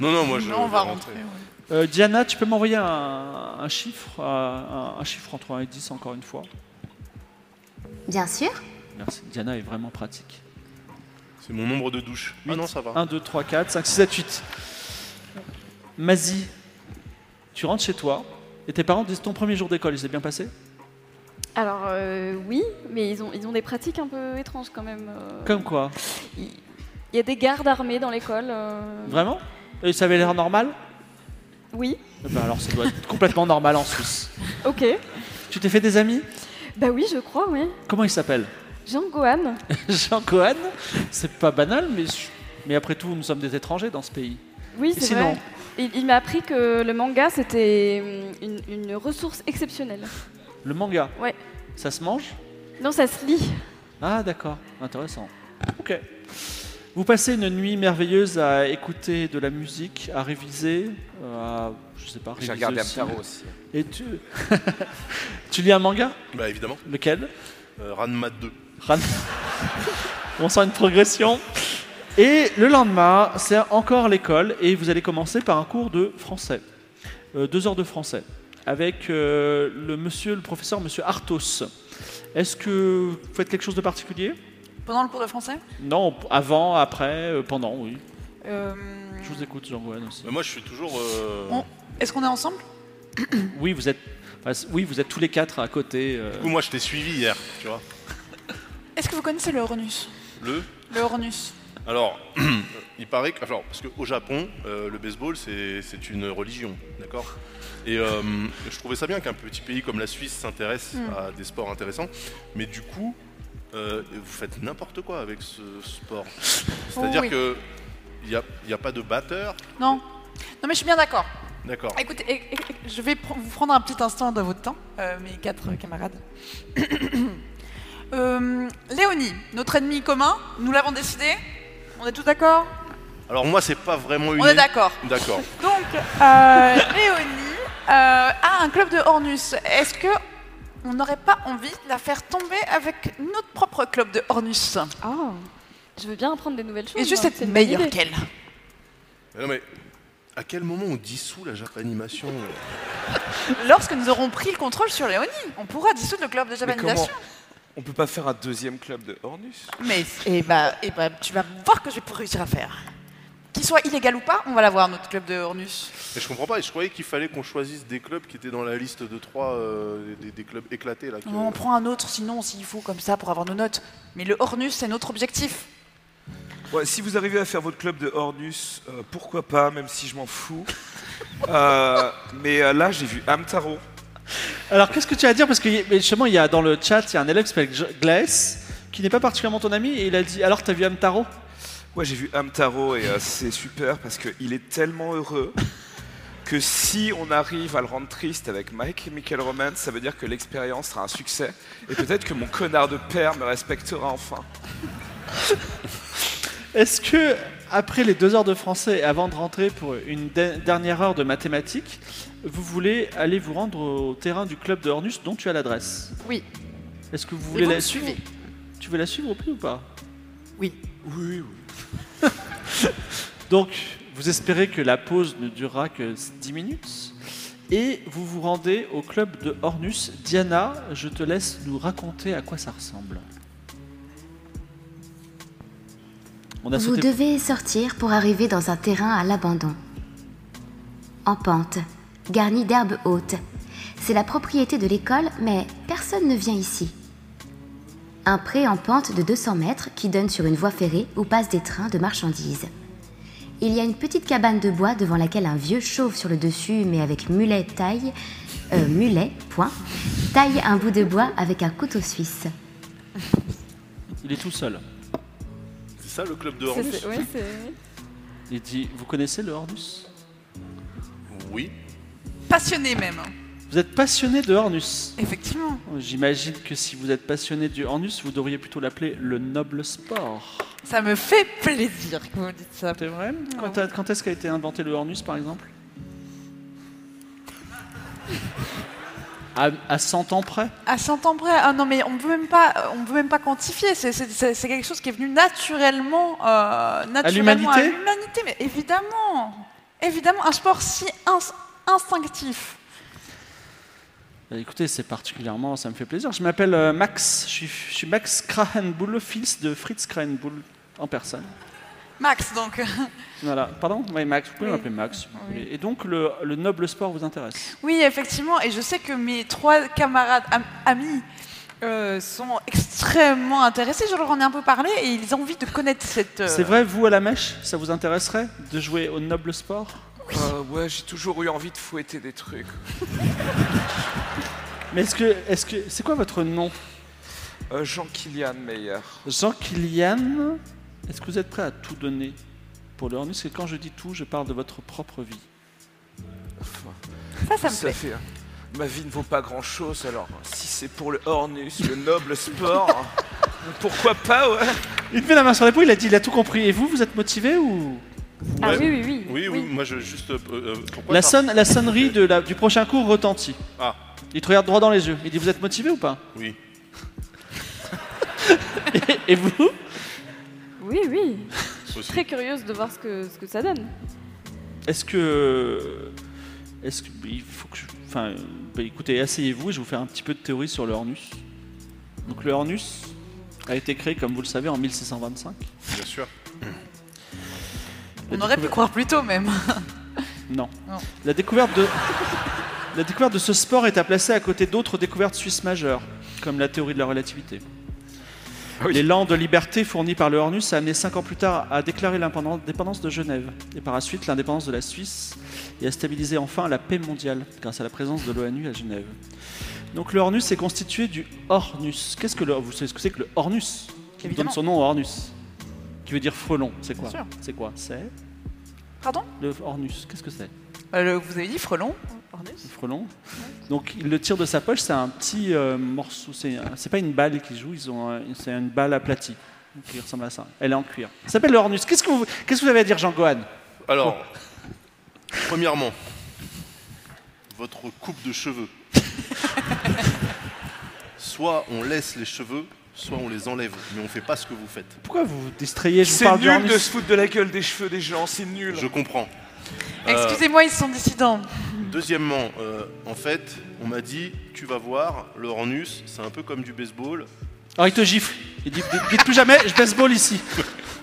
[SPEAKER 3] Non, non, moi je.
[SPEAKER 2] non, on
[SPEAKER 3] je
[SPEAKER 2] va
[SPEAKER 3] vais
[SPEAKER 2] rentrer. ouais.
[SPEAKER 1] Euh, Diana, tu peux m'envoyer un, un chiffre, euh, un, un chiffre entre 1 et 10 encore une fois.
[SPEAKER 6] Bien sûr.
[SPEAKER 1] Merci. Diana est vraiment pratique.
[SPEAKER 3] C'est mon nombre de douches. Ah non, ça va.
[SPEAKER 1] 1, 2, 3, 4, 5, 6, 7, 8. Mazie, tu rentres chez toi et tes parents te disent ton premier jour d'école, il s'est bien passé
[SPEAKER 5] Alors euh, oui, mais ils ont, ils ont des pratiques un peu étranges quand même. euh,
[SPEAKER 1] Comme quoi
[SPEAKER 5] Il il y a des gardes armés dans l'école. euh,
[SPEAKER 1] Vraiment Et ça avait l'air normal
[SPEAKER 5] Oui,
[SPEAKER 1] Eh ben Alors ça doit être complètement normal en Suisse.
[SPEAKER 5] ok.
[SPEAKER 1] Tu t'es fait des amis
[SPEAKER 5] Bah oui, je crois, oui.
[SPEAKER 1] Comment ils s'appellent <laughs>
[SPEAKER 5] Jean Gohan.
[SPEAKER 1] Jean Cohen C'est pas banal, mais, je- mais après tout, nous sommes des étrangers dans ce pays.
[SPEAKER 5] Oui,
[SPEAKER 1] Et
[SPEAKER 5] c'est
[SPEAKER 1] sinon
[SPEAKER 5] vrai. Il, il m'a appris que le manga, c'était hum, une, une ressource exceptionnelle.
[SPEAKER 1] Le manga
[SPEAKER 5] Ouais.
[SPEAKER 1] Ça se mange
[SPEAKER 5] Non, ça se lit.
[SPEAKER 1] Ah, d'accord. Intéressant. Ok. Vous passez une nuit merveilleuse à écouter de la musique, à réviser, euh, à. Je sais pas, réviser
[SPEAKER 4] J'ai regardé
[SPEAKER 1] aussi.
[SPEAKER 4] Amtaro aussi.
[SPEAKER 1] Et tu. <laughs> tu lis un manga
[SPEAKER 3] Bah évidemment.
[SPEAKER 1] Lequel
[SPEAKER 3] Euh, Ranma 2.
[SPEAKER 1] <laughs> Ran- On sent une progression. Et le lendemain, c'est encore l'école et vous allez commencer par un cours de français. Euh, deux heures de français. Avec euh, le monsieur, le professeur, monsieur Artos. Est-ce que vous faites quelque chose de particulier
[SPEAKER 2] Pendant le cours de français
[SPEAKER 1] Non, avant, après, euh, pendant, oui.
[SPEAKER 2] Euh,
[SPEAKER 1] Je vous écoute, Jean-Gouin aussi.
[SPEAKER 3] Mais moi, je suis toujours. euh,
[SPEAKER 2] On- Est-ce qu'on est ensemble
[SPEAKER 1] Oui, vous êtes. enfin, c- oui, vous êtes tous les quatre à côté. euh,
[SPEAKER 3] Du coup, moi, je t'ai suivi hier, tu vois.
[SPEAKER 2] Est-ce que vous connaissez le Hornus
[SPEAKER 3] Le.
[SPEAKER 2] Le Hornus.
[SPEAKER 3] Alors, <clears throat> il paraît que. Alors, parce qu'au Japon, euh, le baseball, c'est c'est une religion, d'accord Et euh, je trouvais ça bien qu'un petit pays comme la Suisse s'intéresse
[SPEAKER 2] Hmm.
[SPEAKER 3] à des sports intéressants. Mais du coup, euh, vous faites n'importe quoi avec ce sport. C'est-à-dire
[SPEAKER 2] Oui.
[SPEAKER 3] que. Il n'y a, il y a pas de batteur,
[SPEAKER 2] Non Non, mais je suis bien d'accord.
[SPEAKER 3] d'accord
[SPEAKER 2] Ah, Écoutez, é- é- je vais pr- vous prendre un petit instant de votre temps, euh, mes quatre camarades. <coughs> Euh, Léonie, notre ennemi commun, nous l'avons décidé. On est tous d'accord
[SPEAKER 3] Alors moi, c'est pas vraiment une.
[SPEAKER 2] On est d'accord.
[SPEAKER 3] D'accord.
[SPEAKER 2] Donc,
[SPEAKER 5] <laughs>
[SPEAKER 2] euh, Léonie euh, a un club de Hornus. Est-ce que on n'aurait pas envie de la faire tomber avec notre propre club de Hornus
[SPEAKER 5] Ah, Je veux bien apprendre des nouvelles choses.
[SPEAKER 2] Et juste
[SPEAKER 5] hein,
[SPEAKER 2] être
[SPEAKER 5] c'est une bonne
[SPEAKER 2] meilleure
[SPEAKER 5] idée.
[SPEAKER 2] qu'elle.
[SPEAKER 3] Mais non, mais à quel moment on dissout la Japanimation euh
[SPEAKER 2] Lorsque nous aurons pris le contrôle sur Léonie, on pourra dissoudre le club de
[SPEAKER 4] Mais comment
[SPEAKER 2] japanisation.
[SPEAKER 4] On peut pas faire un deuxième club de Hornus
[SPEAKER 2] Mais, et bah, et bah, tu vas voir que je vais pouvoir réussir à faire. Qu'il soit illégal ou pas, on va l'avoir, notre club de Hornus.
[SPEAKER 3] Et je comprends pas, et je croyais qu'il fallait qu'on choisisse des clubs qui étaient dans la liste de trois, euh, des, des clubs éclatés là. que-
[SPEAKER 2] On en prend un autre, sinon, s'il faut, comme ça, pour avoir nos notes. Mais le Hornus, c'est notre objectif.
[SPEAKER 4] Ouais, si vous arrivez à faire votre club de Hornus, euh, pourquoi pas, même si je m'en fous. Euh, mais euh, là, j'ai vu Amtaro.
[SPEAKER 1] Alors, qu'est-ce que tu as à dire Parce que y- mais justement, il y a dans le chat, il y a un élève qui s'appelle Jo- Glass, qui n'est pas particulièrement ton ami, et il a dit Alors, t'as vu Amtaro
[SPEAKER 4] Ouais, j'ai vu Amtaro et euh, c'est super parce qu'il est tellement heureux que si on arrive à le rendre triste avec Mike et Michael Romance, ça veut dire que l'expérience sera un succès et peut-être que mon connard de père me respectera enfin.
[SPEAKER 1] Est-ce que, après les deux heures de français, et avant de rentrer pour une de- dernière heure de mathématiques, vous voulez aller vous rendre au terrain du club de Hornus dont tu as l'adresse
[SPEAKER 2] Oui.
[SPEAKER 1] Est-ce que vous
[SPEAKER 2] Et
[SPEAKER 1] voulez
[SPEAKER 2] vous
[SPEAKER 1] la
[SPEAKER 2] me
[SPEAKER 1] suivre
[SPEAKER 2] suivez.
[SPEAKER 1] Tu veux la suivre au prix ou pas
[SPEAKER 2] Oui.
[SPEAKER 1] Oui, oui. <laughs> Donc, vous espérez que la pause ne durera que 10 minutes. Et vous vous rendez au club de Hornus. Diana, je te laisse nous raconter à quoi ça ressemble. On a
[SPEAKER 6] Vous
[SPEAKER 1] sauté
[SPEAKER 6] devez sortir pour arriver dans un terrain à l'abandon. En pente, garni d'herbes hautes. C'est la propriété de l'école, mais personne ne vient ici. Un pré en pente de 200 mètres qui donne sur une voie ferrée où passent des trains de marchandises. Il y a une petite cabane de bois devant laquelle un vieux chauve sur le dessus, mais avec mulet taille, euh, mulet, point, taille un bout de bois avec un couteau suisse.
[SPEAKER 1] Il est tout seul.
[SPEAKER 3] C'est ça le club de
[SPEAKER 5] Ça,
[SPEAKER 3] Hornus
[SPEAKER 5] c'est- ouais, c'est-
[SPEAKER 1] Il dit Vous connaissez le Hornus
[SPEAKER 3] Oui.
[SPEAKER 2] Passionné même. hein.
[SPEAKER 1] Vous êtes passionné de Hornus.
[SPEAKER 2] Effectivement.
[SPEAKER 1] J'imagine que si vous êtes passionné du Hornus, vous devriez plutôt l'appeler le noble sport.
[SPEAKER 2] Ça me fait plaisir que vous me dites ça.
[SPEAKER 1] C'est vrai Quand, a- quand est-ce qu'a été inventé le Hornus, par exemple à, à 100 ans près
[SPEAKER 2] À 100 ans près, ah non mais on peut même pas, on peut même pas quantifier. C'est- C'est c'est- c'est quelque chose qui est venu naturellement, euh, naturellement
[SPEAKER 1] l'humanité
[SPEAKER 2] l'humanité, mais évidemment, évidemment, un sport si ins- instinctif.
[SPEAKER 1] Bah, Écoutez, c'est particulièrement, ça me fait plaisir. Je m'appelle euh, Max, je suis, je suis Max Krahenbull, fils de Fritz Krahenbull, en personne.
[SPEAKER 2] Max, donc.
[SPEAKER 1] Voilà. Pardon Oui, Max, vous pouvez
[SPEAKER 2] Oui.
[SPEAKER 1] m'appeler Max. si vous
[SPEAKER 2] Oui.
[SPEAKER 1] voulez. Et donc, le, le noble sport vous intéresse
[SPEAKER 2] Oui, effectivement, et je sais que mes trois camarades am- amis euh, sont extrêmement intéressés. Je leur en ai un peu parlé et ils ont envie de connaître cette. euh,
[SPEAKER 1] C'est vrai, vous à la mèche, ça vous intéresserait de jouer au noble sport
[SPEAKER 4] Euh, ouais, j'ai toujours eu envie de fouetter des trucs.
[SPEAKER 1] Mais est-ce que. Est-ce que. C'est quoi votre nom
[SPEAKER 4] Euh, Jean-Kilian Meyer.
[SPEAKER 1] Jean-Kilian, est-ce que vous êtes prêt à tout donner pour le Hornus Parce que quand je dis tout, je parle de votre propre vie.
[SPEAKER 2] Ça, ça me plaît.
[SPEAKER 4] fait. euh, Ma vie ne vaut pas grand chose, alors euh, si c'est pour le Hornus, le noble
[SPEAKER 2] <laughs>
[SPEAKER 4] sport, euh, pourquoi pas, ouais
[SPEAKER 1] Il met la main sur l'épaule, il a dit il a tout compris. Et vous, vous êtes motivé ou
[SPEAKER 5] Ah
[SPEAKER 3] Ouais.
[SPEAKER 5] oui, oui, oui.
[SPEAKER 3] Oui, oui, moi je juste. euh, euh, pourquoi
[SPEAKER 1] la,
[SPEAKER 3] ça
[SPEAKER 1] sonne- la sonnerie de la- du prochain cours retentit.
[SPEAKER 3] Ah.
[SPEAKER 1] Il te regarde droit dans les yeux. Il dit vous êtes motivé ou pas
[SPEAKER 3] Oui.
[SPEAKER 1] <laughs> Et vous
[SPEAKER 5] Oui, oui.
[SPEAKER 3] Aussi.
[SPEAKER 5] Très curieuse de voir ce que, ce que ça donne.
[SPEAKER 1] Est-ce que. Est-ce que. Il faut que je. Enfin, euh, bah, écoutez, asseyez-vous et je vais vous faire un petit peu de théorie sur le Hornus. Donc, le Hornus a été créé, comme vous le savez, en 1625.
[SPEAKER 3] Bien sûr.
[SPEAKER 2] On aurait pu croire plus tôt, même.
[SPEAKER 1] Non.
[SPEAKER 2] Non.
[SPEAKER 1] La découverte de. La découverte de ce sport est à placer à côté d'autres découvertes suisses majeures, comme la théorie de la relativité. L'élan de liberté fourni par le Hornus a amené cinq ans plus tard à déclarer l'indépendance de Genève, et par la suite l'indépendance de la Suisse, et à stabiliser enfin la paix mondiale, grâce à la présence de l'ONU à Genève. Donc le Hornus est constitué du Hornus. Qu'est-ce que le, vous savez ce que c'est que le Hornus Qui
[SPEAKER 2] Évidemment.
[SPEAKER 1] donne son nom au Hornus, qui veut dire frelon. C'est quoi
[SPEAKER 2] Bien sûr.
[SPEAKER 1] C'est quoi C'est
[SPEAKER 2] Pardon
[SPEAKER 1] le Hornus. Qu'est-ce que c'est
[SPEAKER 2] Euh, le- Vous avez dit frelon Ornus
[SPEAKER 1] le frelon. Donc il le tire de sa poche, c'est un petit euh, morceau, c'est c'est pas une balle qu'ils jouent, ils ont un- c'est une balle aplatie qui ressemble à ça. Elle est en cuir. Ça s'appelle le Hornus. Qu'est-ce que vous qu'est-ce que vous avez à dire Jean Gohan
[SPEAKER 3] Alors, premièrement, votre coupe de cheveux. soit on laisse les cheveux, soit on les enlève, mais on fait pas ce que vous faites.
[SPEAKER 1] Pourquoi vous vous distrayez Je vous
[SPEAKER 4] C'est
[SPEAKER 1] parle du
[SPEAKER 4] nul de
[SPEAKER 1] Hornus.
[SPEAKER 4] se foutre de la gueule des cheveux des gens, c'est nul.
[SPEAKER 3] Je comprends.
[SPEAKER 2] Excusez-moi, ils sont dissidents.
[SPEAKER 3] Deuxièmement, euh, en fait, on m'a dit, tu vas voir, le Hornus, c'est un peu comme du baseball.
[SPEAKER 1] Alors Ah, il te gifle. Il dit dites plus jamais, je baseball ici.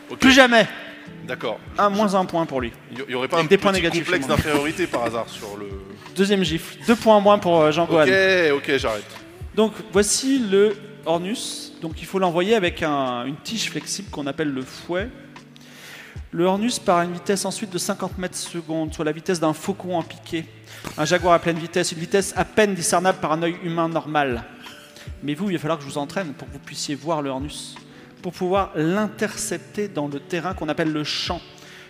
[SPEAKER 3] Ok,
[SPEAKER 1] Plus jamais.
[SPEAKER 3] D'accord.
[SPEAKER 1] Un moins un point pour lui.
[SPEAKER 3] Il y aurait pas un
[SPEAKER 1] Avec des points
[SPEAKER 3] petit
[SPEAKER 1] négatifs,
[SPEAKER 3] complexe
[SPEAKER 1] moi.
[SPEAKER 3] d'infériorité par hasard sur le.
[SPEAKER 1] <laughs> Deuxième gifle. Deux points moins pour euh, Jean Gohan.
[SPEAKER 3] Ok, ok, j'arrête.
[SPEAKER 1] Donc voici le Hornus. Donc il faut l'envoyer avec un- une tige flexible qu'on appelle le fouet. Le Hornus part à une vitesse ensuite de 50 mètres seconde, soit la vitesse d'un faucon en piqué. Un jaguar à pleine vitesse, une vitesse à peine discernable par un œil humain normal. Mais vous, il va falloir que je vous entraîne pour que vous puissiez voir le Hornus, pour pouvoir l'intercepter dans le terrain qu'on appelle le champ.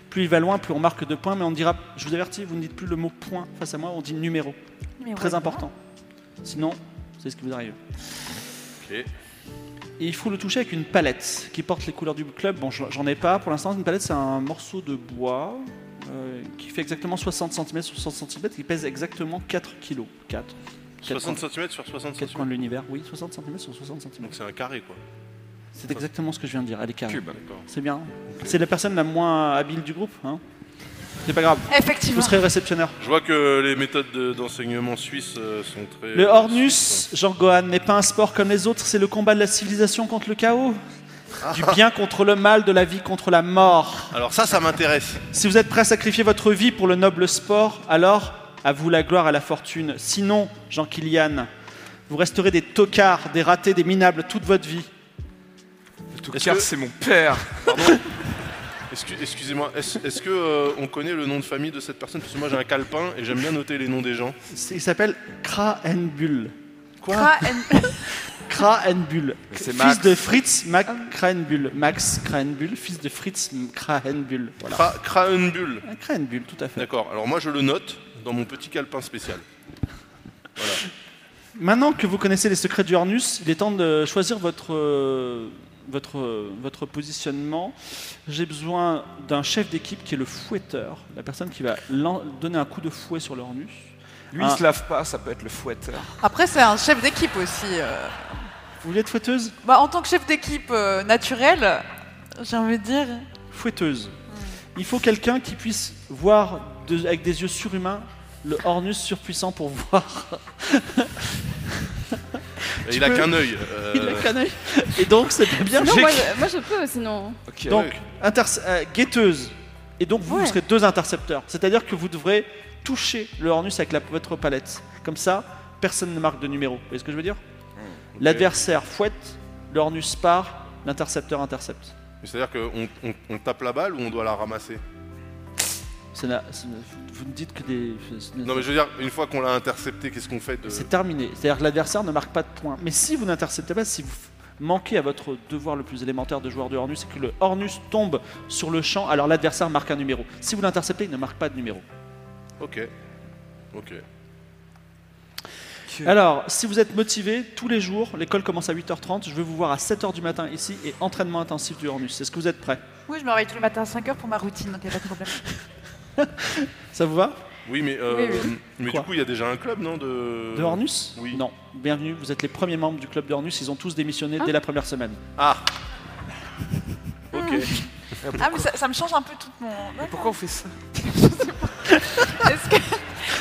[SPEAKER 1] Plus il va loin, plus on marque de points, mais on dira, je vous avertis, vous ne dites plus le mot point face à moi, on dit numéro. Très important. Sinon, c'est ce qui vous arrive.
[SPEAKER 3] Ok.
[SPEAKER 1] Et il faut le toucher avec une palette qui porte les couleurs du club. Bon, j'en j'en ai pas pour l'instant. Une palette, c'est un morceau de bois euh, qui fait exactement 60 cm sur 60 cm, qui pèse exactement 4 kg. 4.
[SPEAKER 3] 60 cm sur 60
[SPEAKER 1] 4
[SPEAKER 3] cm.
[SPEAKER 1] coins de l'univers, oui, 60 cm sur 60 cm.
[SPEAKER 3] Donc c'est un carré quoi.
[SPEAKER 1] C'est exactement ce que je viens de dire. Elle est carrée.
[SPEAKER 4] Cube.
[SPEAKER 3] D'accord.
[SPEAKER 1] C'est bien. C'est la personne la moins habile du groupe. Hein c'est pas grave. Vous
[SPEAKER 2] Effectivement.
[SPEAKER 1] serez le réceptionneur.
[SPEAKER 3] Je vois que les méthodes de- d'enseignement suisse euh, sont très.
[SPEAKER 1] Le Hornus, Jean Gohan, n'est pas un sport comme les autres, c'est le combat de la civilisation contre le chaos. Du bien contre le mal, de la vie contre la mort.
[SPEAKER 3] Alors ça, ça m'intéresse.
[SPEAKER 1] Si vous êtes prêt à sacrifier votre vie pour le noble sport, alors à vous la gloire à la fortune. Sinon, Jean Kilian, vous resterez des tocards, des ratés, des minables toute votre vie.
[SPEAKER 4] Le
[SPEAKER 3] Est-ce
[SPEAKER 4] tocard,
[SPEAKER 3] que-
[SPEAKER 4] c'est mon père.
[SPEAKER 3] Excu- Excusez-moi, est-ce est-ce que euh, on connaît le nom de famille de cette personne Parce que moi j'ai un calepin et j'aime bien noter les noms des gens.
[SPEAKER 1] C'est- Il s'appelle Krahenbühl.
[SPEAKER 2] Cra- and-
[SPEAKER 1] Krahenbühl.
[SPEAKER 4] c'est
[SPEAKER 1] Fils
[SPEAKER 4] Max.
[SPEAKER 1] de Fritz Mac Krahenbühl. Max Krahenbühl, fils de Fritz Krahenbühl. Voilà.
[SPEAKER 3] Kra- Krahenbühl.
[SPEAKER 1] Krahenbühl, tout à fait.
[SPEAKER 3] D'accord. Alors moi je le note dans mon petit calepin spécial.
[SPEAKER 1] Maintenant que vous connaissez les secrets du Hornus, il est temps de choisir votre, euh, votre, euh, votre positionnement. J'ai besoin d'un chef d'équipe qui est le fouetteur, la personne qui va lan- donner un coup de fouet sur le Hornus.
[SPEAKER 4] Lui,
[SPEAKER 1] Ah.
[SPEAKER 4] il se lave pas, ça peut être le fouetteur.
[SPEAKER 2] Après, c'est un chef d'équipe aussi. euh.
[SPEAKER 1] Vous voulez être fouetteuse
[SPEAKER 2] Bah, en tant que chef d'équipe euh, naturel, j'ai envie de dire.
[SPEAKER 1] Fouetteuse. Il faut quelqu'un qui puisse voir de- avec des yeux surhumains le Hornus surpuissant pour voir. Tu
[SPEAKER 3] Il a
[SPEAKER 1] peux-
[SPEAKER 3] qu'un œil. euh,
[SPEAKER 1] <laughs> Il a qu'un œil. Et donc, c'est pas bien.
[SPEAKER 5] Non,
[SPEAKER 1] J'ai-
[SPEAKER 5] moi je, moi, je peux sinon.
[SPEAKER 4] Ok.
[SPEAKER 1] Donc, inter- euh, guetteuse. Et donc, vous, vous
[SPEAKER 5] Ouais.
[SPEAKER 1] serez deux intercepteurs. C'est-à-dire que vous devrez toucher le Hornus avec la- votre palette. Comme ça, personne ne marque de numéro. Vous voyez ce que je veux dire
[SPEAKER 3] Hmm,
[SPEAKER 1] L'adversaire fouette, le Hornus part, l'intercepteur intercepte.
[SPEAKER 3] C'est-à-dire qu'on on, on tape la balle ou on doit la ramasser
[SPEAKER 1] Ça n'a- ça n'a- vous ne dites que des. ce n'est-
[SPEAKER 3] Non, mais je veux dire, une fois qu'on l'a intercepté, qu'est-ce qu'on fait de...
[SPEAKER 1] C'est terminé. C'est-à-dire que l'adversaire ne marque pas de points. Mais si vous n'interceptez pas, si vous f- manquez à votre devoir le plus élémentaire de joueur de Hornus, c'est que le Hornus tombe sur le champ, alors l'adversaire marque un numéro. Si vous l'interceptez, il ne marque pas de numéro.
[SPEAKER 3] Ok. Ok.
[SPEAKER 1] Alors, si vous êtes motivé, tous les jours, l'école commence à 8h30, je veux vous voir à 7h du matin ici et entraînement intensif du Hornus. Est-ce que vous êtes prêts
[SPEAKER 2] Oui, je me réveille tous les matins à 5h pour ma routine, donc il n'y a pas de problème.
[SPEAKER 1] Ça vous va
[SPEAKER 3] Oui, mais, euh,
[SPEAKER 5] Oui,
[SPEAKER 3] mais du
[SPEAKER 1] Quoi
[SPEAKER 3] coup, il y a déjà un club, non de...
[SPEAKER 1] De Hornus
[SPEAKER 3] oui.
[SPEAKER 1] Non. Bienvenue, vous êtes les premiers membres du club de Hornus, ils ont tous démissionné dès la première semaine.
[SPEAKER 3] Ah Ok.
[SPEAKER 2] Ah, mais ça, ça me change un peu tout mon.
[SPEAKER 4] Pourquoi on fait ça
[SPEAKER 2] Est-ce que-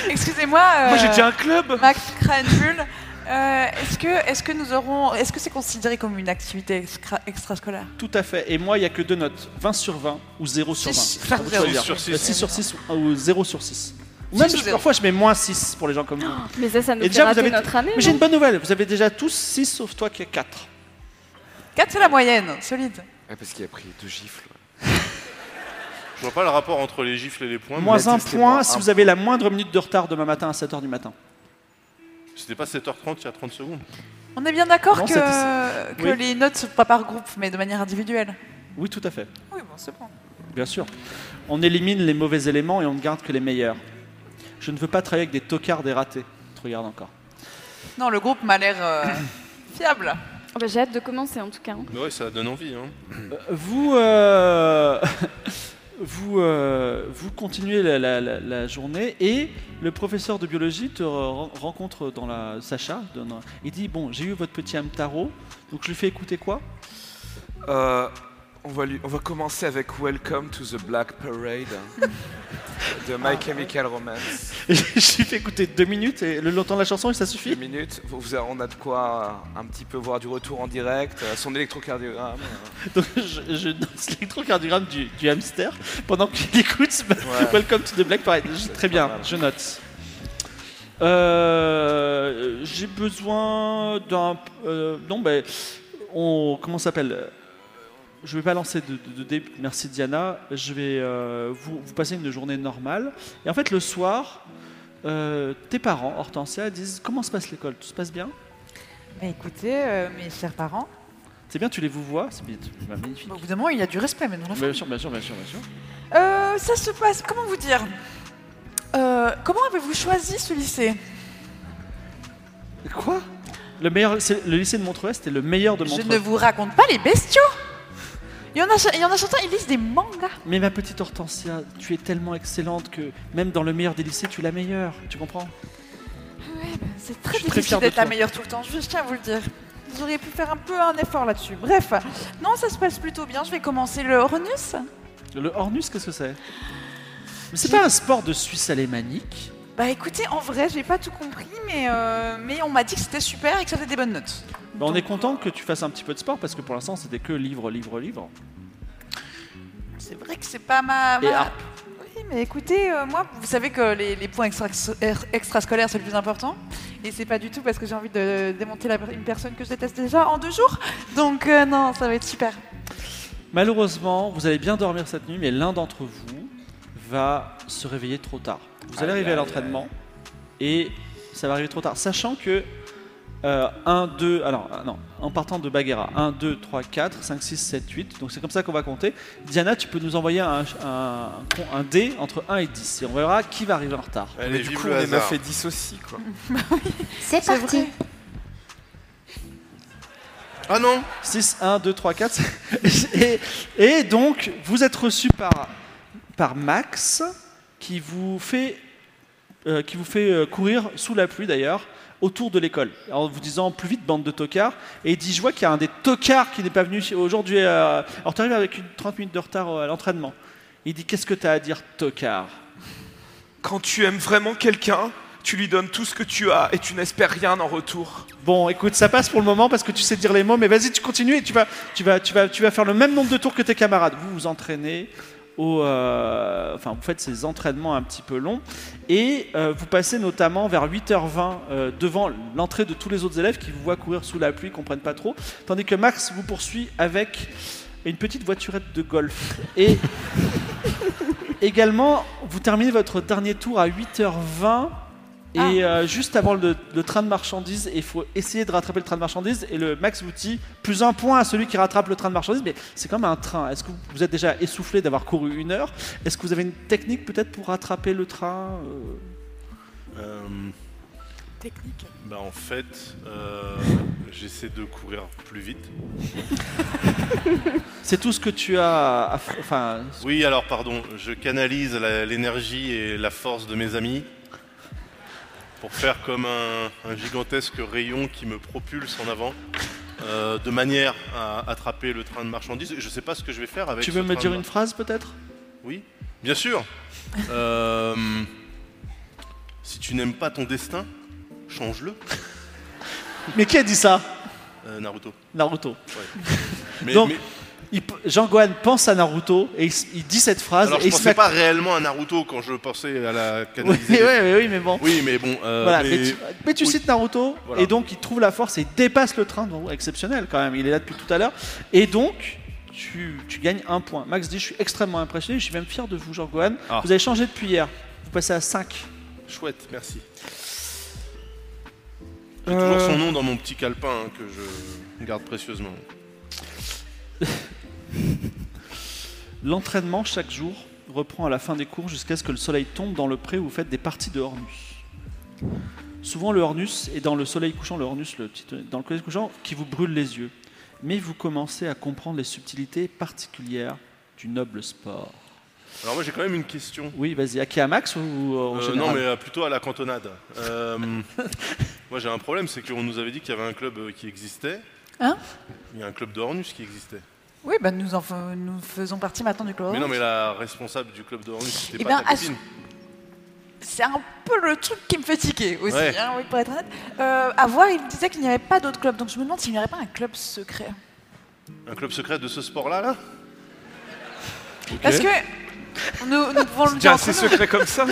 [SPEAKER 2] Excusez-moi. euh,
[SPEAKER 1] un club
[SPEAKER 2] Max Cranville, euh, est-ce que, est-ce que nous aurons, est-ce que c'est considéré comme une activité extra- extrascolaire
[SPEAKER 1] Tout à fait. Et moi, il n'y a que deux notes 20 sur 20 ou 0 sur 20.
[SPEAKER 2] Six- six-
[SPEAKER 3] Six
[SPEAKER 2] zéro.
[SPEAKER 3] sur six.
[SPEAKER 1] 6 Euh, sur 6 ou 0 sur 6. Même
[SPEAKER 2] ou
[SPEAKER 1] je-
[SPEAKER 2] zéro.
[SPEAKER 1] parfois, je mets moins 6 pour les gens comme vous.
[SPEAKER 5] Mais ça, ça nous
[SPEAKER 1] Et
[SPEAKER 5] fait
[SPEAKER 1] déjà, vous
[SPEAKER 5] rater
[SPEAKER 1] avez-
[SPEAKER 5] notre année.
[SPEAKER 1] Mais j'ai
[SPEAKER 5] non
[SPEAKER 1] une bonne nouvelle, vous avez déjà tous 6 sauf toi qui as 4.
[SPEAKER 2] 4, c'est la moyenne, solide.
[SPEAKER 4] Ah, Parce qu'il a pris deux gifles.
[SPEAKER 3] Je vois pas le rapport entre les gifles et les points. mais
[SPEAKER 1] Moins
[SPEAKER 4] mettez,
[SPEAKER 1] un
[SPEAKER 4] c'est
[SPEAKER 1] point
[SPEAKER 4] moins
[SPEAKER 1] si
[SPEAKER 4] un.
[SPEAKER 1] vous avez la moindre minute de retard demain matin à 7h du matin.
[SPEAKER 3] C'était pas 7h30 il y a 30 secondes.
[SPEAKER 2] On est bien d'accord
[SPEAKER 1] Non,
[SPEAKER 2] que,
[SPEAKER 1] ça-
[SPEAKER 2] que
[SPEAKER 1] oui.
[SPEAKER 2] les notes ne sont pas par groupe, mais de manière individuelle.
[SPEAKER 1] Oui, tout à fait.
[SPEAKER 2] Oui, bon, c'est bon.
[SPEAKER 1] Bien sûr. On élimine les mauvais éléments et on ne garde que les meilleurs. Je ne veux pas travailler avec des tocards des ratés. Je te regarde encore.
[SPEAKER 2] Non, le groupe m'a l'air euh, <coughs> fiable.
[SPEAKER 5] Ah bah, j'ai hâte de commencer en tout cas. hein.
[SPEAKER 3] Mais ouais, ça donne envie. Hein.
[SPEAKER 1] Vous, euh, <laughs> vous, euh, vous continuez la, la- la- la journée et le professeur de biologie te re- rencontre dans la Sacha. dans- dans- Il dit bon, j'ai eu votre petit Amtaro, donc je lui fais écouter quoi <laughs>
[SPEAKER 4] Euh, on, va lui- on va commencer avec Welcome to the Black Parade hein,
[SPEAKER 1] <laughs>
[SPEAKER 4] de My Chemical Romance.
[SPEAKER 1] Et Je lui fais écouter deux minutes et le temps de la chanson et ça
[SPEAKER 4] Une
[SPEAKER 1] suffit.
[SPEAKER 4] minute, vous- vous- on a de quoi euh, un petit peu voir du retour en direct, euh, son électrocardiogramme. euh,
[SPEAKER 1] <laughs> Donc je, je danse l'électrocardiogramme du, du hamster pendant qu'il écoute ce-
[SPEAKER 4] Ouais.
[SPEAKER 1] <laughs> Welcome to the Black Parade. Je- Très bien, je note. Euh, J'ai besoin d'un. euh, non, ben. on, comment ça s'appelle Je vais pas lancer de, de, de dé- Merci Diana. Je vais euh, vous, vous passer une journée normale. Et en fait, le soir, euh, tes parents, Hortensia, disent Comment se passe l'école Tout se passe bien
[SPEAKER 2] Mais écoutez, euh, mes chers parents,
[SPEAKER 1] C'est bien, tu les vous vois C'est bien, bah, magnifique.
[SPEAKER 2] au bout d'un moment, il y a du respect maintenant. la
[SPEAKER 1] Bien sûr, bien sûr, bien sûr, bien sûr.
[SPEAKER 2] Euh, ça se passe, comment vous dire Euh, Comment avez-vous choisi ce lycée
[SPEAKER 1] Quoi le, meilleur, c'est- le lycée de Montreux, c'était le meilleur de
[SPEAKER 2] Je
[SPEAKER 1] Montreux.
[SPEAKER 2] ne vous raconte pas les bestiaux il y, en a, il y en a certains, ils lisent des mangas.
[SPEAKER 1] Mais ma petite Hortensia, tu es tellement excellente que même dans le meilleur des lycées, tu es la meilleure. Tu comprends
[SPEAKER 2] C'est
[SPEAKER 1] Je
[SPEAKER 2] très
[SPEAKER 1] suis très fier
[SPEAKER 2] difficile
[SPEAKER 1] de
[SPEAKER 2] d'être la
[SPEAKER 1] toi.
[SPEAKER 2] meilleure tout le temps, je tiens à vous le dire. Vous auriez pu faire un peu un effort là-dessus. Bref, non, ça se passe plutôt bien. Je vais commencer le Hornus.
[SPEAKER 1] Le Hornus, qu'est-ce que c'est Mais c'est pas un sport de Suisse alémanique.
[SPEAKER 2] Bah écoutez, en vrai, j'ai pas tout compris, mais, euh, mais on m'a dit que c'était super et que ça faisait des bonnes notes.
[SPEAKER 1] Bah, on est content que tu fasses un petit peu de sport parce que pour l'instant, c'était que livre, livre, livre.
[SPEAKER 2] C'est vrai que c'est pas ma.
[SPEAKER 1] Et ah.
[SPEAKER 2] ma-
[SPEAKER 1] harpe.
[SPEAKER 2] Oui, mais écoutez, euh, moi, vous savez que les, les points extra- er- extrascolaires, c'est le plus important. Et c'est pas du tout parce que j'ai envie de démonter la- une personne que je déteste déjà en deux jours. Donc, euh, non, ça va être super.
[SPEAKER 1] Malheureusement, vous allez bien dormir cette nuit, mais l'un d'entre vous va se réveiller trop tard. Vous allez
[SPEAKER 4] Aïe,
[SPEAKER 1] arriver à
[SPEAKER 4] aïe,
[SPEAKER 1] l'entraînement et ça va arriver trop tard. Sachant que 1, 2, alors ah, non, en partant de Baguera, 1, 2, 3, 4, 5, 6, 7, 8. Donc c'est comme ça qu'on va compter. Diana, tu peux nous envoyer un, un, un dé entre 1 et 10 et on verra qui va arriver en retard.
[SPEAKER 3] Allez,
[SPEAKER 4] mais du
[SPEAKER 3] vive
[SPEAKER 4] coup,
[SPEAKER 3] le
[SPEAKER 4] on est
[SPEAKER 3] hasard.
[SPEAKER 4] 9 et 10 aussi, quoi.
[SPEAKER 6] C'est
[SPEAKER 2] C'est
[SPEAKER 6] parti.
[SPEAKER 2] vrai.
[SPEAKER 3] Ah non
[SPEAKER 1] 6, 1, 2, 3, 4. <laughs> Et, et donc, vous êtes reçu par, par Max, qui vous fait, euh, qui vous fait euh, courir, sous la pluie d'ailleurs, autour de l'école, en vous disant plus vite, bande de tocards. Et il dit Je vois qu'il y a un des tocards qui n'est pas venu chez- aujourd'hui. euh, alors, tu arrives avec une 30 minutes de retard euh, à l'entraînement. Il dit Qu'est-ce que tu as à dire, tocard
[SPEAKER 4] Quand tu aimes vraiment quelqu'un, tu lui donnes tout ce que tu as et tu n'espères rien en retour.
[SPEAKER 1] Bon, écoute, ça passe pour le moment parce que tu sais dire les mots, mais vas-y, tu continues et tu vas, tu vas, tu vas, tu vas faire le même nombre de tours que tes camarades. Vous vous entraînez. Au, euh, enfin, vous faites ces entraînements un petit peu longs et euh, vous passez notamment vers 8h20 euh, devant l'entrée de tous les autres élèves qui vous voient courir sous la pluie, comprennent pas trop, tandis que Max vous poursuit avec une petite voiturette de golf. Et <laughs> également, vous terminez votre dernier tour à 8h20 et euh, juste avant le, le train de marchandises, il faut essayer de rattraper le train de marchandises. Et le max vous dit plus un point à celui qui rattrape le train de marchandises. Mais c'est comme un train. Est-ce que vous, vous êtes déjà essoufflé d'avoir couru une heure Est-ce que vous avez une technique peut-être pour rattraper le train euh,
[SPEAKER 3] Euh,
[SPEAKER 2] Technique.
[SPEAKER 3] bah en fait, euh, j'essaie de courir plus vite.
[SPEAKER 1] C'est tout ce que tu as. à f- Enfin,
[SPEAKER 3] Oui, alors pardon, je canalise la- l'énergie et la force de mes amis pour faire comme un, un gigantesque rayon qui me propulse en avant. euh, de manière à attraper le train de marchandises. Je sais pas ce que je vais faire avec.
[SPEAKER 1] tu
[SPEAKER 3] ce
[SPEAKER 1] veux me
[SPEAKER 3] train
[SPEAKER 1] dire
[SPEAKER 3] de
[SPEAKER 1] une phrase peut-être
[SPEAKER 3] Oui,
[SPEAKER 1] <laughs>
[SPEAKER 3] bien sûr. Euh, si tu n'aimes pas ton destin, change-le,
[SPEAKER 1] Mais qui a dit ça
[SPEAKER 3] euh, Naruto.
[SPEAKER 1] Naruto.
[SPEAKER 3] Mais,
[SPEAKER 1] Donc,
[SPEAKER 3] mais-
[SPEAKER 1] Il p- Jean-Gohan pense à Naruto et il, s- il dit cette phrase
[SPEAKER 3] alors
[SPEAKER 1] ah, et
[SPEAKER 3] je
[SPEAKER 1] il se
[SPEAKER 3] pensais
[SPEAKER 1] met-
[SPEAKER 3] pas réellement à Naruto quand je pensais
[SPEAKER 1] <laughs>
[SPEAKER 3] à la
[SPEAKER 1] Oui,
[SPEAKER 3] canaliser.
[SPEAKER 1] oui, oui, oui, mais bon.
[SPEAKER 3] Oui, mais bon. euh,
[SPEAKER 1] Voilà,
[SPEAKER 3] mais-
[SPEAKER 1] mais, tu, mais tu
[SPEAKER 3] oui.
[SPEAKER 1] cites Naruto,
[SPEAKER 3] Voilà.
[SPEAKER 1] et donc il trouve la force et il dépasse le train, donc exceptionnel quand même, il est là depuis tout à l'heure. Et donc, tu, tu gagnes un point. Max dit Je suis extrêmement impressionné, je suis même fier de vous, Jean-Gohan.
[SPEAKER 3] Ah.
[SPEAKER 1] Vous avez changé depuis hier, vous passez à 5.
[SPEAKER 3] Chouette, merci. J'ai
[SPEAKER 1] Euh.
[SPEAKER 3] toujours son nom dans mon petit calepin hein, que je garde précieusement.
[SPEAKER 1] L'entraînement chaque jour reprend à la fin des cours jusqu'à ce que le soleil tombe dans le pré où vous faites des parties de Hornus. Souvent le Hornus et dans le soleil couchant, le Hornus, le petit, dans le soleil couchant, qui vous brûle les yeux. Mais vous commencez à comprendre les subtilités particulières du noble sport.
[SPEAKER 3] Alors moi j'ai quand même une question.
[SPEAKER 1] Oui, vas-y, à qui à Max ou euh, en
[SPEAKER 3] Euh,
[SPEAKER 1] général
[SPEAKER 3] non mais euh, plutôt à la cantonade. Euh, <laughs> moi j'ai un problème, c'est qu'on nous avait dit qu'il y avait un club euh, qui existait.
[SPEAKER 2] Hein
[SPEAKER 3] Il y a un club de Hornus qui existait.
[SPEAKER 2] Oui, ben nous, en fa- nous faisons partie maintenant du club.
[SPEAKER 3] Mais non mais la responsable du club de Hornus c'était
[SPEAKER 2] Oh. Eh
[SPEAKER 3] pas
[SPEAKER 2] ben,
[SPEAKER 3] ta
[SPEAKER 2] à-
[SPEAKER 3] copine.
[SPEAKER 2] C'est un peu le truc qui me fait tiquer aussi,
[SPEAKER 3] Ouais.
[SPEAKER 2] hein, oui, pour être honnête. Euh, à voir, il disait qu'il n'y avait pas d'autres clubs, donc je me demande s'il n'y aurait pas un club secret.
[SPEAKER 3] Un club secret de ce sport là là
[SPEAKER 2] Parce que nous, nous
[SPEAKER 4] <laughs>
[SPEAKER 2] pouvons le
[SPEAKER 4] C'est
[SPEAKER 2] dire
[SPEAKER 4] assez
[SPEAKER 2] entre nous.
[SPEAKER 4] secret comme ça.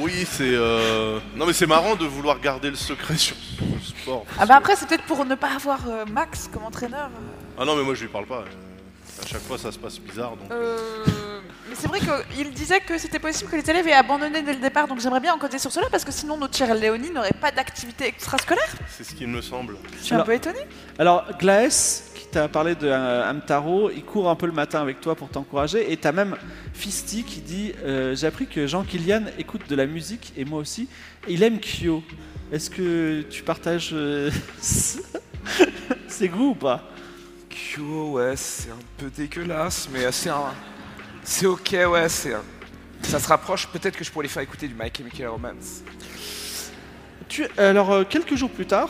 [SPEAKER 3] Oui c'est... euh, Non mais c'est marrant de vouloir garder le secret sur ce sport.
[SPEAKER 2] Ah bah après, c'est peut-être pour ne pas avoir euh, Max comme entraîneur. euh.
[SPEAKER 3] Ah non mais moi je lui parle pas. euh, À chaque fois ça se passe bizarre donc...
[SPEAKER 2] Euh, mais c'est vrai qu'il disait que c'était possible que les élèves aient abandonné dès le départ, donc j'aimerais bien enquêter sur cela, parce que sinon notre chère Léonie n'aurait pas d'activité extrascolaire.
[SPEAKER 3] C'est ce qu'il me semble.
[SPEAKER 2] Je suis
[SPEAKER 1] Alors-
[SPEAKER 2] un peu étonnée.
[SPEAKER 1] Alors, Glaes, qui t'a parlé de euh, Amtaro, il court un peu le matin avec toi pour t'encourager. Et t'as même Fisti qui dit euh, J'ai appris que Jean-Kilian écoute de la musique, et moi aussi, et il aime Kyo. Est-ce que tu partages euh, <laughs> ses goûts ou pas
[SPEAKER 4] Kyo, ouais, c'est un peu dégueulasse, mais c'est un. C'est ok, ouais, c'est un. Ça se rapproche, peut-être que je pourrais les faire écouter du My Chemical Romance.
[SPEAKER 1] Tu- alors, euh, quelques jours plus tard,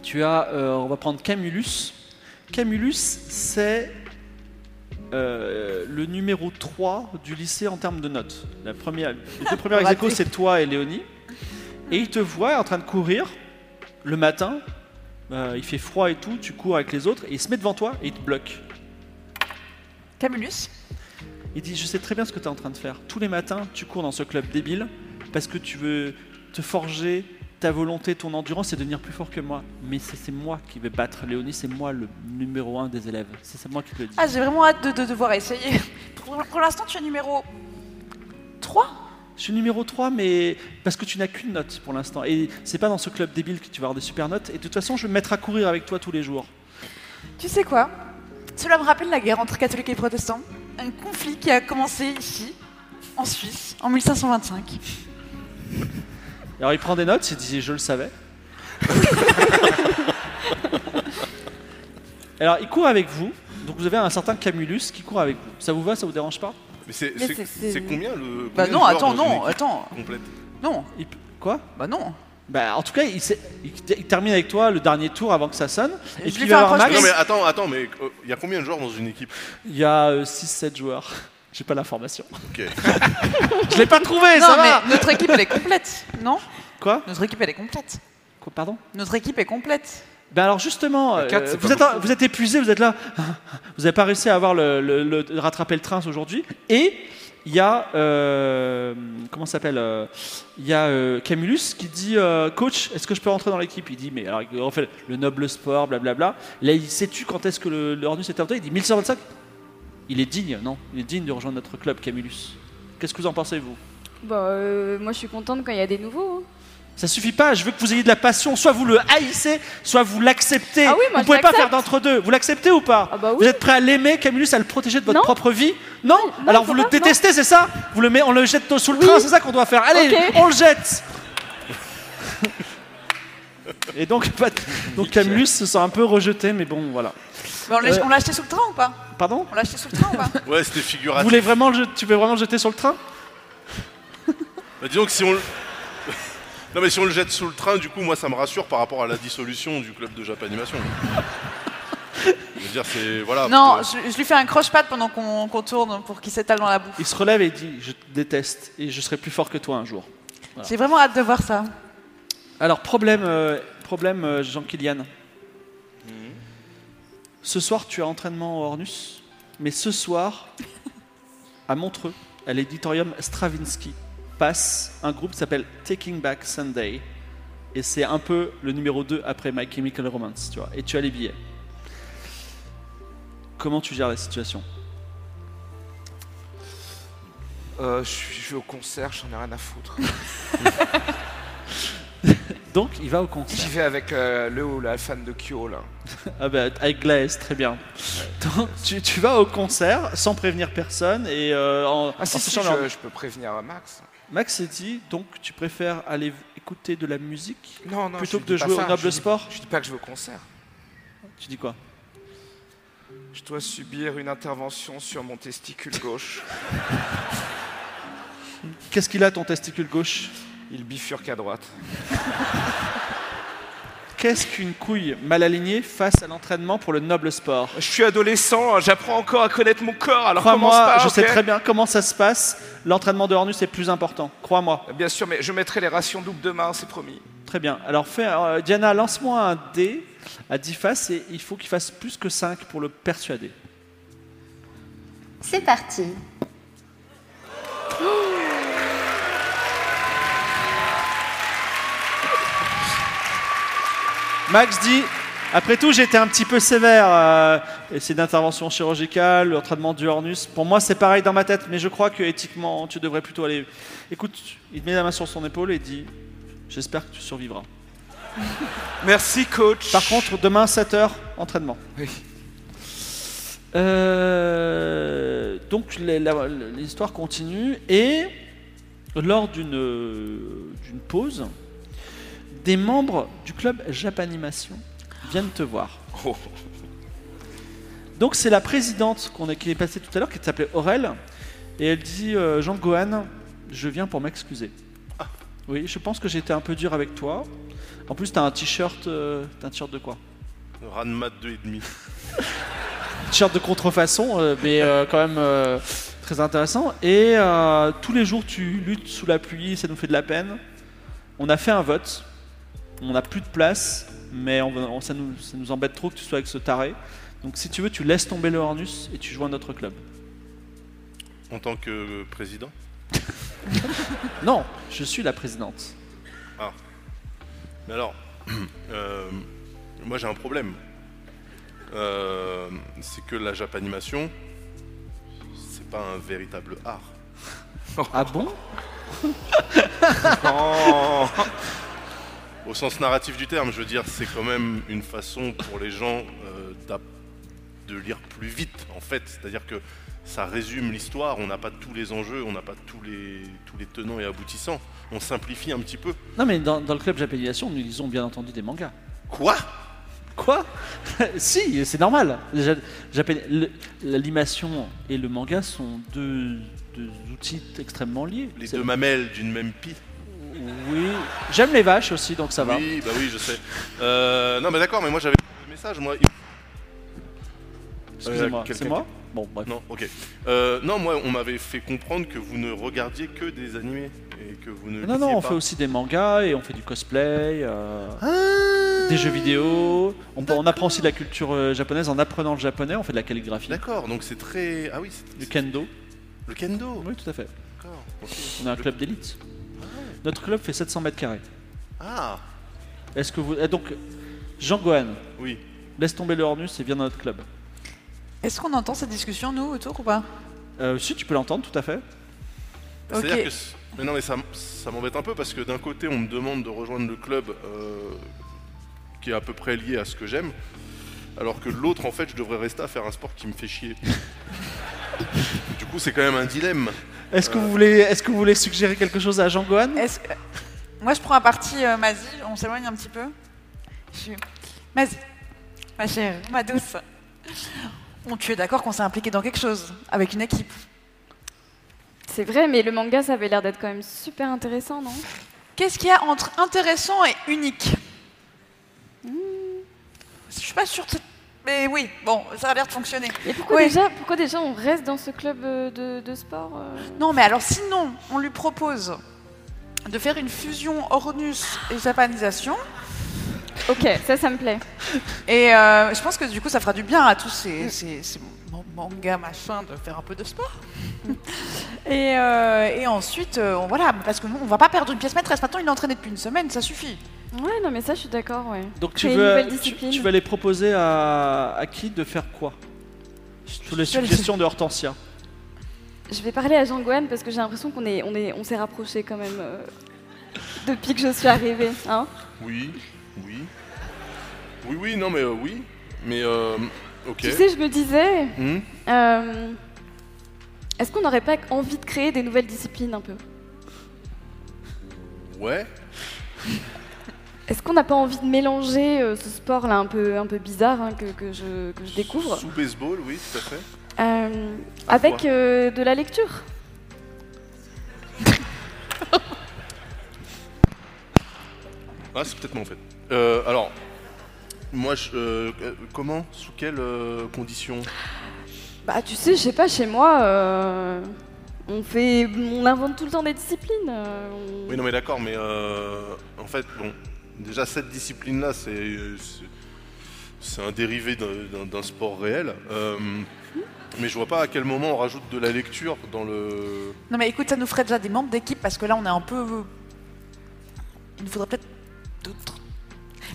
[SPEAKER 1] tu as, euh, on va prendre Camulus. Camulus, c'est euh, le numéro 3 du lycée en termes de notes. La première, les <laughs> deux premières ex aequo, c'est toi et Léonie. Et il te voit en train de courir le matin. Euh, il fait froid et tout, tu cours avec les autres, et il se met devant toi et il te bloque.
[SPEAKER 2] Camulus,
[SPEAKER 1] Il dit Je sais très bien ce que tu es en train de faire. Tous les matins, tu cours dans ce club débile parce que tu veux te forger ta volonté, ton endurance et devenir plus fort que moi. Mais c'est c'est moi qui vais battre Léonie, c'est moi le numéro un des élèves. C'est c'est moi qui te le dis.
[SPEAKER 2] ah, j'ai vraiment hâte de, de devoir essayer. <laughs> Pour, pour l'instant, tu es numéro 3
[SPEAKER 1] Je suis numéro 3, mais parce que tu n'as qu'une note pour l'instant. Et c'est pas dans ce club débile que tu vas avoir des super notes. Et de toute façon, je vais me mettre à courir avec toi tous les jours.
[SPEAKER 2] Tu sais quoi Cela me rappelle la guerre entre catholiques et protestants, un conflit qui a commencé ici, en Suisse, en 1525.
[SPEAKER 1] Alors il prend des notes, il dit je le savais. Alors il court avec vous, donc vous avez un certain Camulus qui court avec vous. Ça vous va, ça vous dérange pas
[SPEAKER 3] Mais c'est
[SPEAKER 2] Mais
[SPEAKER 3] c'est-
[SPEAKER 2] c'est-
[SPEAKER 3] c'est combien le... combien
[SPEAKER 2] Bah
[SPEAKER 3] de
[SPEAKER 2] non,
[SPEAKER 3] joueurs
[SPEAKER 2] attends,
[SPEAKER 3] dans une
[SPEAKER 2] non,
[SPEAKER 3] équipe
[SPEAKER 2] attends,
[SPEAKER 3] complète
[SPEAKER 2] non,
[SPEAKER 1] Il peut- Quoi
[SPEAKER 2] bah non.
[SPEAKER 1] Bah en tout cas, il, s'est- il t- il termine avec toi le dernier tour avant que ça sonne.
[SPEAKER 2] Je
[SPEAKER 1] Et puis
[SPEAKER 2] lui
[SPEAKER 1] il va
[SPEAKER 2] fais un
[SPEAKER 1] avoir
[SPEAKER 2] croche-
[SPEAKER 1] Max.
[SPEAKER 3] Non mais attends, attends, mais euh, il y a combien de joueurs dans une équipe
[SPEAKER 1] Il y a 6-7 joueurs. <laughs> J'ai pas l'information.
[SPEAKER 3] Ok.
[SPEAKER 1] <laughs> Je l'ai pas trouvé,
[SPEAKER 2] non,
[SPEAKER 1] ça
[SPEAKER 2] mais
[SPEAKER 1] va
[SPEAKER 2] notre équipe elle est complète, non
[SPEAKER 1] Quoi
[SPEAKER 2] Notre équipe, elle est complète.
[SPEAKER 1] Quoi, Pardon
[SPEAKER 2] Notre équipe est complète.
[SPEAKER 1] Ben alors justement,
[SPEAKER 4] À quatre,
[SPEAKER 1] euh,
[SPEAKER 4] c'est
[SPEAKER 1] vous,
[SPEAKER 4] pas
[SPEAKER 1] êtes, vous êtes épuisé, vous êtes là, <laughs> vous n'avez pas réussi à avoir le, le- le- rattraper le train aujourd'hui. Et il y a euh, comment ça s'appelle euh, Il y a euh, Camulus qui dit euh, coach, est-ce que je peux rentrer dans l'équipe Il dit mais alors en fait le noble sport, blablabla. Là il sais-tu quand est-ce que le, le Hornus est entré Il dit 1125. Il est digne, non Il est digne de rejoindre notre club Camulus. Qu'est-ce que vous en pensez vous
[SPEAKER 5] Bah, euh, moi, je suis contente quand il y a des nouveaux. hein.
[SPEAKER 1] ça suffit pas, je veux que vous ayez de la passion. Soit vous le haïssez, soit vous l'acceptez.
[SPEAKER 5] Ah oui, moi,
[SPEAKER 1] vous
[SPEAKER 5] je
[SPEAKER 1] pouvez pas faire
[SPEAKER 5] l'accepte.
[SPEAKER 1] d'entre-deux. Vous l'acceptez ou pas
[SPEAKER 5] Ah bah oui.
[SPEAKER 1] Vous êtes prêt à l'aimer, Camulus, à le protéger de votre
[SPEAKER 5] Non.
[SPEAKER 1] propre vie Non,
[SPEAKER 5] non,
[SPEAKER 1] Alors
[SPEAKER 5] faut
[SPEAKER 1] vous le
[SPEAKER 5] pas,
[SPEAKER 1] détestez, c'est ça Vous le met, On le jette sous le
[SPEAKER 5] Oui.
[SPEAKER 1] train, c'est ça qu'on doit faire. Allez,
[SPEAKER 5] Ok.
[SPEAKER 1] on le jette <laughs> Et donc, pas- donc Camulus se sent un peu rejeté, mais bon, voilà.
[SPEAKER 2] Mais Bah, on l'a
[SPEAKER 1] Ouais.
[SPEAKER 2] on l'a acheté sous le train ou pas
[SPEAKER 1] Pardon
[SPEAKER 2] On l'a acheté sous le train ou pas
[SPEAKER 3] Ouais, c'était
[SPEAKER 1] vous
[SPEAKER 3] figuratif.
[SPEAKER 1] voulez vraiment le, jet- Bah, Tu veux vraiment le jeter sur le train
[SPEAKER 3] Bah, disons que si on le... <laughs> Non mais si on le jette sous le train, du coup, moi, ça me rassure par rapport à la dissolution du club de Japanimation. Je veux dire, c'est... Voilà.
[SPEAKER 2] Non,
[SPEAKER 3] parce que-
[SPEAKER 2] je, je lui fais un croche-patte pendant qu'on qu'on tourne pour qu'il s'étale dans la boue.
[SPEAKER 1] Il se relève et dit Je te déteste et je serai plus fort que toi un jour.
[SPEAKER 2] J'ai vraiment hâte de voir ça.
[SPEAKER 1] Alors, problème, euh, problème euh, Jean-Kilian. Ce soir, tu as entraînement au Hornus, mais ce soir, à Montreux, à l'éditorium Stravinsky, passe un groupe qui s'appelle Taking Back Sunday. Et c'est un peu le numéro 2 après My Chemical Romance, tu vois. Et tu as les billets. Comment tu gères la situation
[SPEAKER 4] Euh, je, suis, je vais au concert, j'en ai rien à <laughs> foutre.
[SPEAKER 1] Donc, il va au concert.
[SPEAKER 4] J'y vais avec euh, le ou la fan de Kyo là.
[SPEAKER 1] Ah bah, avec Glaze, très bien. Donc, tu, tu vas au concert sans prévenir personne et euh, en,
[SPEAKER 4] Ah si,
[SPEAKER 1] en
[SPEAKER 4] si,
[SPEAKER 1] sachant leur-
[SPEAKER 4] je, je peux prévenir euh, Max.
[SPEAKER 1] Max s'est dit donc tu préfères aller v- écouter de la musique
[SPEAKER 4] Non, non,
[SPEAKER 1] plutôt
[SPEAKER 4] je
[SPEAKER 1] que de
[SPEAKER 4] dis pas
[SPEAKER 1] jouer
[SPEAKER 4] ça,
[SPEAKER 1] au noble
[SPEAKER 4] je dis-
[SPEAKER 1] sport
[SPEAKER 4] Je dis pas que je vais au concert.
[SPEAKER 1] Tu dis quoi
[SPEAKER 4] Je dois subir une intervention sur mon testicule gauche.
[SPEAKER 1] Qu'est-ce qu'il a ton testicule gauche
[SPEAKER 4] Il bifurque à droite.
[SPEAKER 1] Qu'est-ce qu'une couille mal alignée face à l'entraînement pour le noble sport
[SPEAKER 4] Je suis adolescent, j'apprends encore à connaître mon corps, alors commence
[SPEAKER 1] Crois-moi,
[SPEAKER 4] pas,
[SPEAKER 1] je
[SPEAKER 4] ok
[SPEAKER 1] sais très bien comment ça se passe. L'entraînement de Hornus est plus important. Crois-moi.
[SPEAKER 4] Bien sûr, mais je mettrai les rations doubles demain, c'est promis.
[SPEAKER 1] Très bien. Alors fais, euh, Diana, lance-moi un dé à 10 faces et il faut qu'il fasse plus que 5 pour le persuader.
[SPEAKER 6] C'est parti.
[SPEAKER 1] Max dit Après tout, j'étais un petit peu sévère. euh, et c'est d'intervention chirurgicale, l'entraînement du hornus. Pour moi, c'est pareil dans ma tête, mais je crois que éthiquement, tu devrais plutôt aller. Écoute, il met la main sur son épaule et dit J'espère que tu survivras.
[SPEAKER 4] Merci, coach.
[SPEAKER 1] Par contre, demain, 7h, entraînement.
[SPEAKER 4] Oui.
[SPEAKER 1] Euh, donc, les- la- l'histoire continue et lors d'une euh, d'une pause, des membres du club Japanimation viennent te voir.
[SPEAKER 4] Oh.
[SPEAKER 1] Donc c'est la présidente qu'on a- qui est passée tout à l'heure, qui s'appelait Aurel, et elle dit euh, Jean Gohan, je viens pour m'excuser. Oui, je pense que j'étais un peu dur avec toi. En plus, t'as un t-shirt, euh, t'as un t-shirt de quoi
[SPEAKER 3] Oh, Ranma 2,5.
[SPEAKER 1] T-shirt de contrefaçon, euh, mais euh, quand même euh, très intéressant. Et euh, tous les jours, tu luttes sous la pluie, ça nous fait de la peine. On a fait un vote, on n'a plus de place, mais on, on- ça, nous, ça nous embête trop que tu sois avec ce taré. Donc si tu veux, tu laisses tomber le Hornus et tu joins notre club.
[SPEAKER 3] En tant que euh, président
[SPEAKER 1] Non, je suis la présidente.
[SPEAKER 3] Mais alors, <clears throat> euh, moi j'ai un problème. Euh, c'est que la Japanimation, c'est pas un véritable art.
[SPEAKER 1] Ah bon
[SPEAKER 4] Oh.
[SPEAKER 3] <laughs> Au sens narratif du terme, je veux dire, c'est quand même une façon pour les gens euh, d'app- de lire plus vite, en fait. C'est-à-dire que ça résume l'histoire, on n'a pas tous les enjeux, on n'a pas tous les, tous les tenants et aboutissants. On simplifie un petit peu.
[SPEAKER 1] Non mais dans, dans le club Japanisation, nous lisons bien entendu des mangas.
[SPEAKER 3] Quoi
[SPEAKER 1] Quoi <laughs> Si, c'est normal. Ja- Japan- le- L'animation et le manga sont deux, deux outils extrêmement liés.
[SPEAKER 3] Les
[SPEAKER 1] C'est-
[SPEAKER 3] deux mamelles d'une même pie.
[SPEAKER 1] Oui. J'aime les vaches aussi, donc ça va.
[SPEAKER 3] Oui, bah oui, je sais. Euh, non, mais d'accord, mais moi j'avais le message, moi. il-
[SPEAKER 1] Excusez-moi,
[SPEAKER 3] Euh, quelqu'un
[SPEAKER 1] c'est moi
[SPEAKER 3] qui-
[SPEAKER 1] Bon, bref.
[SPEAKER 3] Non, ok. Euh, non, moi, on m'avait fait comprendre que vous ne regardiez que des animés et que vous ne.
[SPEAKER 1] Non,
[SPEAKER 3] lisiez
[SPEAKER 1] non, on
[SPEAKER 3] pas.
[SPEAKER 1] fait aussi des mangas et on fait du cosplay, euh,
[SPEAKER 3] Ah
[SPEAKER 1] des jeux vidéo. On, on apprend aussi de la culture euh, japonaise en apprenant le japonais. On fait de la calligraphie,
[SPEAKER 3] D'accord, donc c'est très. Ah oui, c'est
[SPEAKER 1] du kendo.
[SPEAKER 3] le kendo.
[SPEAKER 1] Oui, tout à fait.
[SPEAKER 3] D'accord. ok.
[SPEAKER 1] On est un
[SPEAKER 3] Le-
[SPEAKER 1] club d'élite. Notre club fait 700 mètres carrés.
[SPEAKER 3] Ah
[SPEAKER 1] Est-ce que vous. eh, Donc, Jean Gohan,
[SPEAKER 3] oui.
[SPEAKER 1] laisse tomber le Hornus et viens dans notre club.
[SPEAKER 2] Est-ce qu'on entend cette discussion, nous, autour ou pas
[SPEAKER 1] Euh, si, tu peux l'entendre, tout à fait.
[SPEAKER 3] C'est-à-dire
[SPEAKER 2] Ok.
[SPEAKER 3] que c- mais non, mais ça, m- ça m'embête un peu parce que d'un côté, on me demande de rejoindre le club euh, qui est à peu près lié à ce que j'aime, alors que de l'autre, en fait, je devrais rester à faire un sport qui me
[SPEAKER 1] <laughs>
[SPEAKER 3] fait chier. du coup, c'est quand même un dilemme.
[SPEAKER 1] Est-ce que, vous voulez, est-ce que vous voulez suggérer quelque chose à Jean Gohan
[SPEAKER 2] Est-ce que- Moi, je prends à partie euh, Mazie. On s'éloigne un petit peu. Je... Mazie, ma chère, ma douce. On, tu es d'accord qu'on s'est impliqué dans quelque chose avec une équipe
[SPEAKER 5] C'est vrai, mais le manga, ça avait l'air d'être quand même super intéressant, non
[SPEAKER 2] Qu'est-ce qu'il y a entre intéressant et unique Hmm. Je suis pas sûre. que c'est- Mais oui, bon, ça a l'air de fonctionner.
[SPEAKER 5] Et pourquoi,
[SPEAKER 2] Oui.
[SPEAKER 5] déjà, pourquoi déjà on reste dans ce club euh, de, de sport euh
[SPEAKER 2] Non, mais alors sinon, on lui propose de faire une fusion Hornus et japanisation.
[SPEAKER 5] Ok, ça, ça me plaît.
[SPEAKER 2] Et euh, je pense que du coup, ça fera du bien à tous ces, ces- ces man- mangas machin de faire un peu de sport. et, euh, et ensuite, euh, on- voilà, parce que nous, on va pas perdre une pièce maîtresse. Maintenant, il est entraîné depuis une semaine, ça suffit.
[SPEAKER 5] Ouais, non, mais ça, je suis d'accord, ouais.
[SPEAKER 1] Donc tu
[SPEAKER 5] Créer une
[SPEAKER 1] veux,
[SPEAKER 5] nouvelle
[SPEAKER 1] tu,
[SPEAKER 5] discipline.
[SPEAKER 1] tu veux aller proposer à, à qui de faire quoi Sous les
[SPEAKER 2] je- je-
[SPEAKER 1] suggestions de Hortensia.
[SPEAKER 5] Je vais parler à Jean-Gouane parce que j'ai l'impression qu'on est, on est, on s'est rapprochés quand même euh, depuis que je suis arrivée, hein
[SPEAKER 3] Oui, oui. Oui, oui, non, mais euh, oui. Mais, euh, ok.
[SPEAKER 5] Tu sais, je me disais,
[SPEAKER 3] Hmm
[SPEAKER 5] euh, est-ce qu'on n'aurait pas envie de créer des nouvelles disciplines un peu
[SPEAKER 3] ouais.
[SPEAKER 5] Est-ce qu'on n'a pas envie de mélanger euh, ce sport-là un peu, un peu bizarre hein, que, que je, que je découvre
[SPEAKER 3] Sous baseball, oui, tout à fait.
[SPEAKER 5] euh, avec
[SPEAKER 3] quoi
[SPEAKER 5] euh, de la lecture
[SPEAKER 3] Ah, c'est peut-être moi en fait. Euh, alors, moi, je, euh, euh, comment Sous quelles euh, conditions
[SPEAKER 5] Bah, tu sais, je sais pas, chez moi, euh, on fait, on invente tout le temps des disciplines. euh, on-
[SPEAKER 3] Oui, non, mais d'accord, mais euh, en fait, bon, déjà cette discipline-là, c'est euh, c'est- c'est un dérivé d'un- d'un d'un sport réel. Euh, mais je vois pas à quel moment on rajoute de la lecture dans le.
[SPEAKER 2] Non, mais écoute, ça nous ferait déjà des membres d'équipe parce que là, on est un peu. Il nous faudrait peut-être d'autres.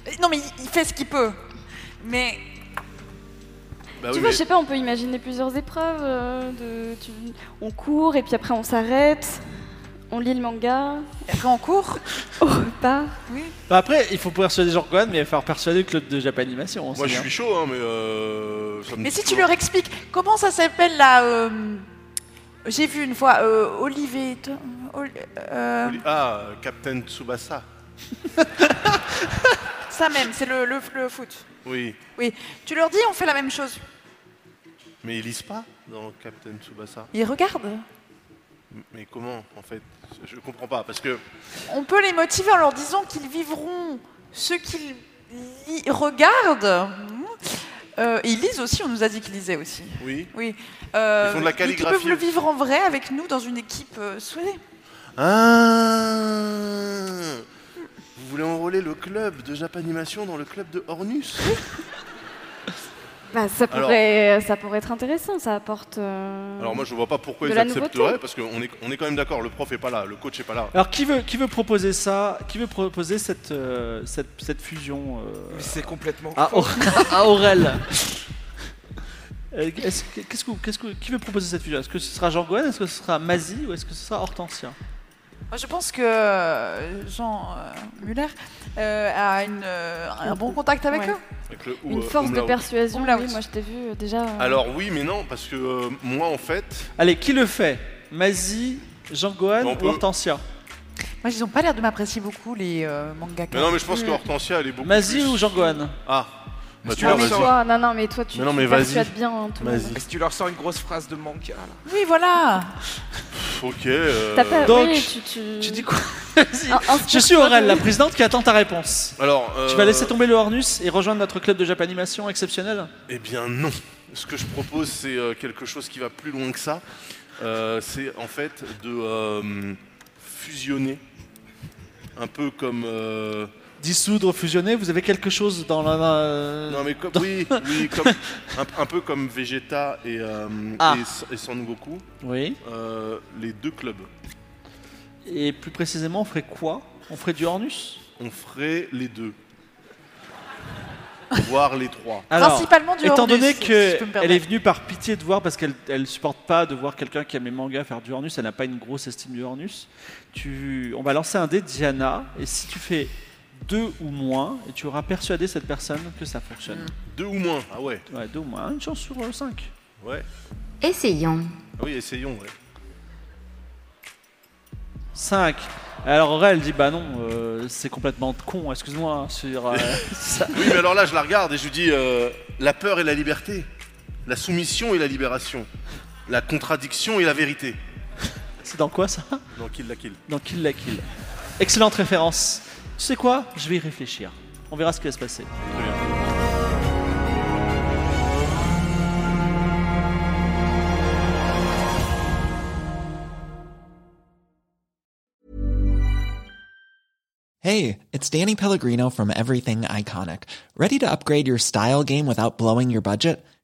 [SPEAKER 2] Mais Non, mais il- il fait ce qu'il peut. Mais
[SPEAKER 3] Bah
[SPEAKER 5] tu
[SPEAKER 3] oui,
[SPEAKER 5] vois,
[SPEAKER 3] mais-
[SPEAKER 5] je sais pas, on peut imaginer plusieurs épreuves. euh, de, tu- on court et puis après on s'arrête, on lit le manga,
[SPEAKER 2] après, on court.
[SPEAKER 5] on repart.
[SPEAKER 2] Oui.
[SPEAKER 1] Bah, après, il faut persuader Jean Gohan, mais il va falloir persuader le club de Japanimation. on
[SPEAKER 3] moi,
[SPEAKER 1] sait
[SPEAKER 3] je
[SPEAKER 1] bien.
[SPEAKER 3] suis chaud, hein, mais. euh, ça me-
[SPEAKER 2] Mais si tu leur expliques, comment ça s'appelle là euh, J'ai vu une fois euh, Olivier. t- Ol- euh,
[SPEAKER 3] Ah, Captain Tsubasa.
[SPEAKER 2] ça même, c'est le, le, le foot.
[SPEAKER 3] Oui,
[SPEAKER 2] Oui. Tu leur dis, on fait la même chose.
[SPEAKER 3] mais ils lisent pas dans Captain Tsubasa.
[SPEAKER 2] Ils regardent.
[SPEAKER 3] Mais comment, en fait Je comprends pas, parce que.
[SPEAKER 2] On peut les motiver en leur disant qu'ils vivront ce qu'ils li- regardent. Hmm. Euh, ils lisent aussi, on nous a dit qu'ils lisaient aussi.
[SPEAKER 3] Oui.
[SPEAKER 2] Oui. Euh,
[SPEAKER 3] Ils font de la
[SPEAKER 2] et qu'ils
[SPEAKER 3] calligraphie
[SPEAKER 2] peuvent le
[SPEAKER 3] aussi.
[SPEAKER 2] vivre en vrai avec nous dans une équipe euh, soudée.
[SPEAKER 3] Ah Vous voulez enrôler le club de Japanimation dans le club de Hornus
[SPEAKER 5] Bah, ça
[SPEAKER 3] Alors-
[SPEAKER 5] pourrait, ça pourrait être intéressant, ça apporte. euh,
[SPEAKER 3] Alors moi je vois pas pourquoi
[SPEAKER 5] De
[SPEAKER 3] ils
[SPEAKER 5] la
[SPEAKER 3] accepteraient
[SPEAKER 5] nouveauté.
[SPEAKER 3] parce qu'on est, on est quand même d'accord, le prof est pas là, le coach est pas là.
[SPEAKER 1] Alors qui veut, qui veut proposer ça Qui veut proposer cette, euh, cette, cette fusion euh,
[SPEAKER 4] Mais c'est complètement
[SPEAKER 1] à, <laughs>
[SPEAKER 4] faux.
[SPEAKER 1] Aur- à Aurel Euh, est-ce que- qu'est-ce que vous- qu'est-ce que- Qui veut proposer cette fusion Est-ce que ce sera Jean Gohan Est-ce que ce sera Mazie Ou est-ce que ce sera Hortensia
[SPEAKER 2] Moi, je pense que euh, Jean euh, Muller euh, a une, euh, un bon contact avec
[SPEAKER 5] Ouais.
[SPEAKER 2] eux.
[SPEAKER 3] Avec le ou,
[SPEAKER 5] Une
[SPEAKER 3] euh,
[SPEAKER 5] force de
[SPEAKER 3] umlaut.
[SPEAKER 5] persuasion,
[SPEAKER 2] Umlaut.
[SPEAKER 5] oui, moi je t'ai vu euh, déjà. euh,
[SPEAKER 3] Alors oui mais non parce que euh, moi en fait
[SPEAKER 1] Allez, qui le fait Mazie, Jean Gohan
[SPEAKER 3] On
[SPEAKER 1] ou
[SPEAKER 3] peut-
[SPEAKER 1] Hortensia
[SPEAKER 2] Moi, ils n'ont pas l'air de m'apprécier beaucoup, les euh, mangaka.
[SPEAKER 3] mais non mais je
[SPEAKER 5] Mm.
[SPEAKER 3] pense que Hortensia elle est beaucoup
[SPEAKER 1] Mazie
[SPEAKER 3] plus-
[SPEAKER 1] ou Jean Gohan
[SPEAKER 3] Ah bah, tu
[SPEAKER 5] non,
[SPEAKER 4] leur
[SPEAKER 3] vois,
[SPEAKER 5] mais
[SPEAKER 4] vas-y.
[SPEAKER 5] toi, non, non, mais toi, tu,
[SPEAKER 3] Mais non,
[SPEAKER 5] tu
[SPEAKER 3] mais vas-y.
[SPEAKER 5] persuades bien hein, tout le monde.
[SPEAKER 3] Vas-y.
[SPEAKER 4] Mais si tu leur sors une grosse phrase de manga, là.
[SPEAKER 2] Oui, voilà.
[SPEAKER 3] pff, ok euh,
[SPEAKER 5] T'as pas-
[SPEAKER 1] Donc,
[SPEAKER 5] oui, tu, tu... Ah,
[SPEAKER 1] Tu dis quoi Vas-y.
[SPEAKER 5] Un- un-
[SPEAKER 1] Je suis Aurel, la présidente qui attend ta réponse.
[SPEAKER 3] Alors euh,
[SPEAKER 1] Tu vas laisser tomber le Hornus et rejoindre notre club de Japanimation exceptionnel
[SPEAKER 3] Eh bien non Ce que je propose, c'est euh, quelque chose qui va plus loin que ça. Euh, c'est en fait de euh, fusionner, un peu comme. euh,
[SPEAKER 1] Dissoudre, fusionner, vous avez quelque chose dans la. euh, la-
[SPEAKER 3] non mais comme, oui, oui, comme- un, un peu comme Vegeta et, euh,
[SPEAKER 1] Ah.
[SPEAKER 3] et S- et Son Goku,
[SPEAKER 1] Oui.
[SPEAKER 3] euh, les deux clubs.
[SPEAKER 1] Et plus précisément, on ferait quoi On ferait du Hornus
[SPEAKER 3] On ferait les deux, voire les trois.
[SPEAKER 2] Principalement du
[SPEAKER 1] Étant
[SPEAKER 2] Hornus,
[SPEAKER 1] donné
[SPEAKER 2] si je peux me
[SPEAKER 1] qu'elle
[SPEAKER 2] permettre.
[SPEAKER 1] est venue par pitié de voir, parce qu'elle elle supporte pas de voir quelqu'un qui aime les mangas faire du Hornus, elle n'a pas une grosse estime du Hornus, tu, on va lancer un dé Diana, et si tu fais deux ou moins, et tu auras persuadé cette personne que ça fonctionne.
[SPEAKER 2] Mm.
[SPEAKER 3] Deux ou moins. Ah ouais.
[SPEAKER 1] Ouais, deux ou moins, une chance sur euh, cinq.
[SPEAKER 3] Ouais.
[SPEAKER 6] Essayons.
[SPEAKER 3] Ah oui, essayons. ouais.
[SPEAKER 1] Cinq. Alors Aurel dit bah non, euh, c'est complètement con, excuse-moi, hein, sur euh, <laughs> ça.
[SPEAKER 3] Oui, mais alors là, je la regarde et je lui dis euh, la peur et la liberté, la soumission et la libération, la contradiction et la vérité.
[SPEAKER 1] C'est dans quoi ça
[SPEAKER 3] Donc il la kill.
[SPEAKER 1] Dans Kill la Kill. Excellente référence. Tu sais quoi Je vais y réfléchir. On verra ce qui va se passer.
[SPEAKER 3] Très bien.
[SPEAKER 7] Hey, it's Danny Pellegrino from Everything Iconic. Ready to upgrade your style game without blowing your budget?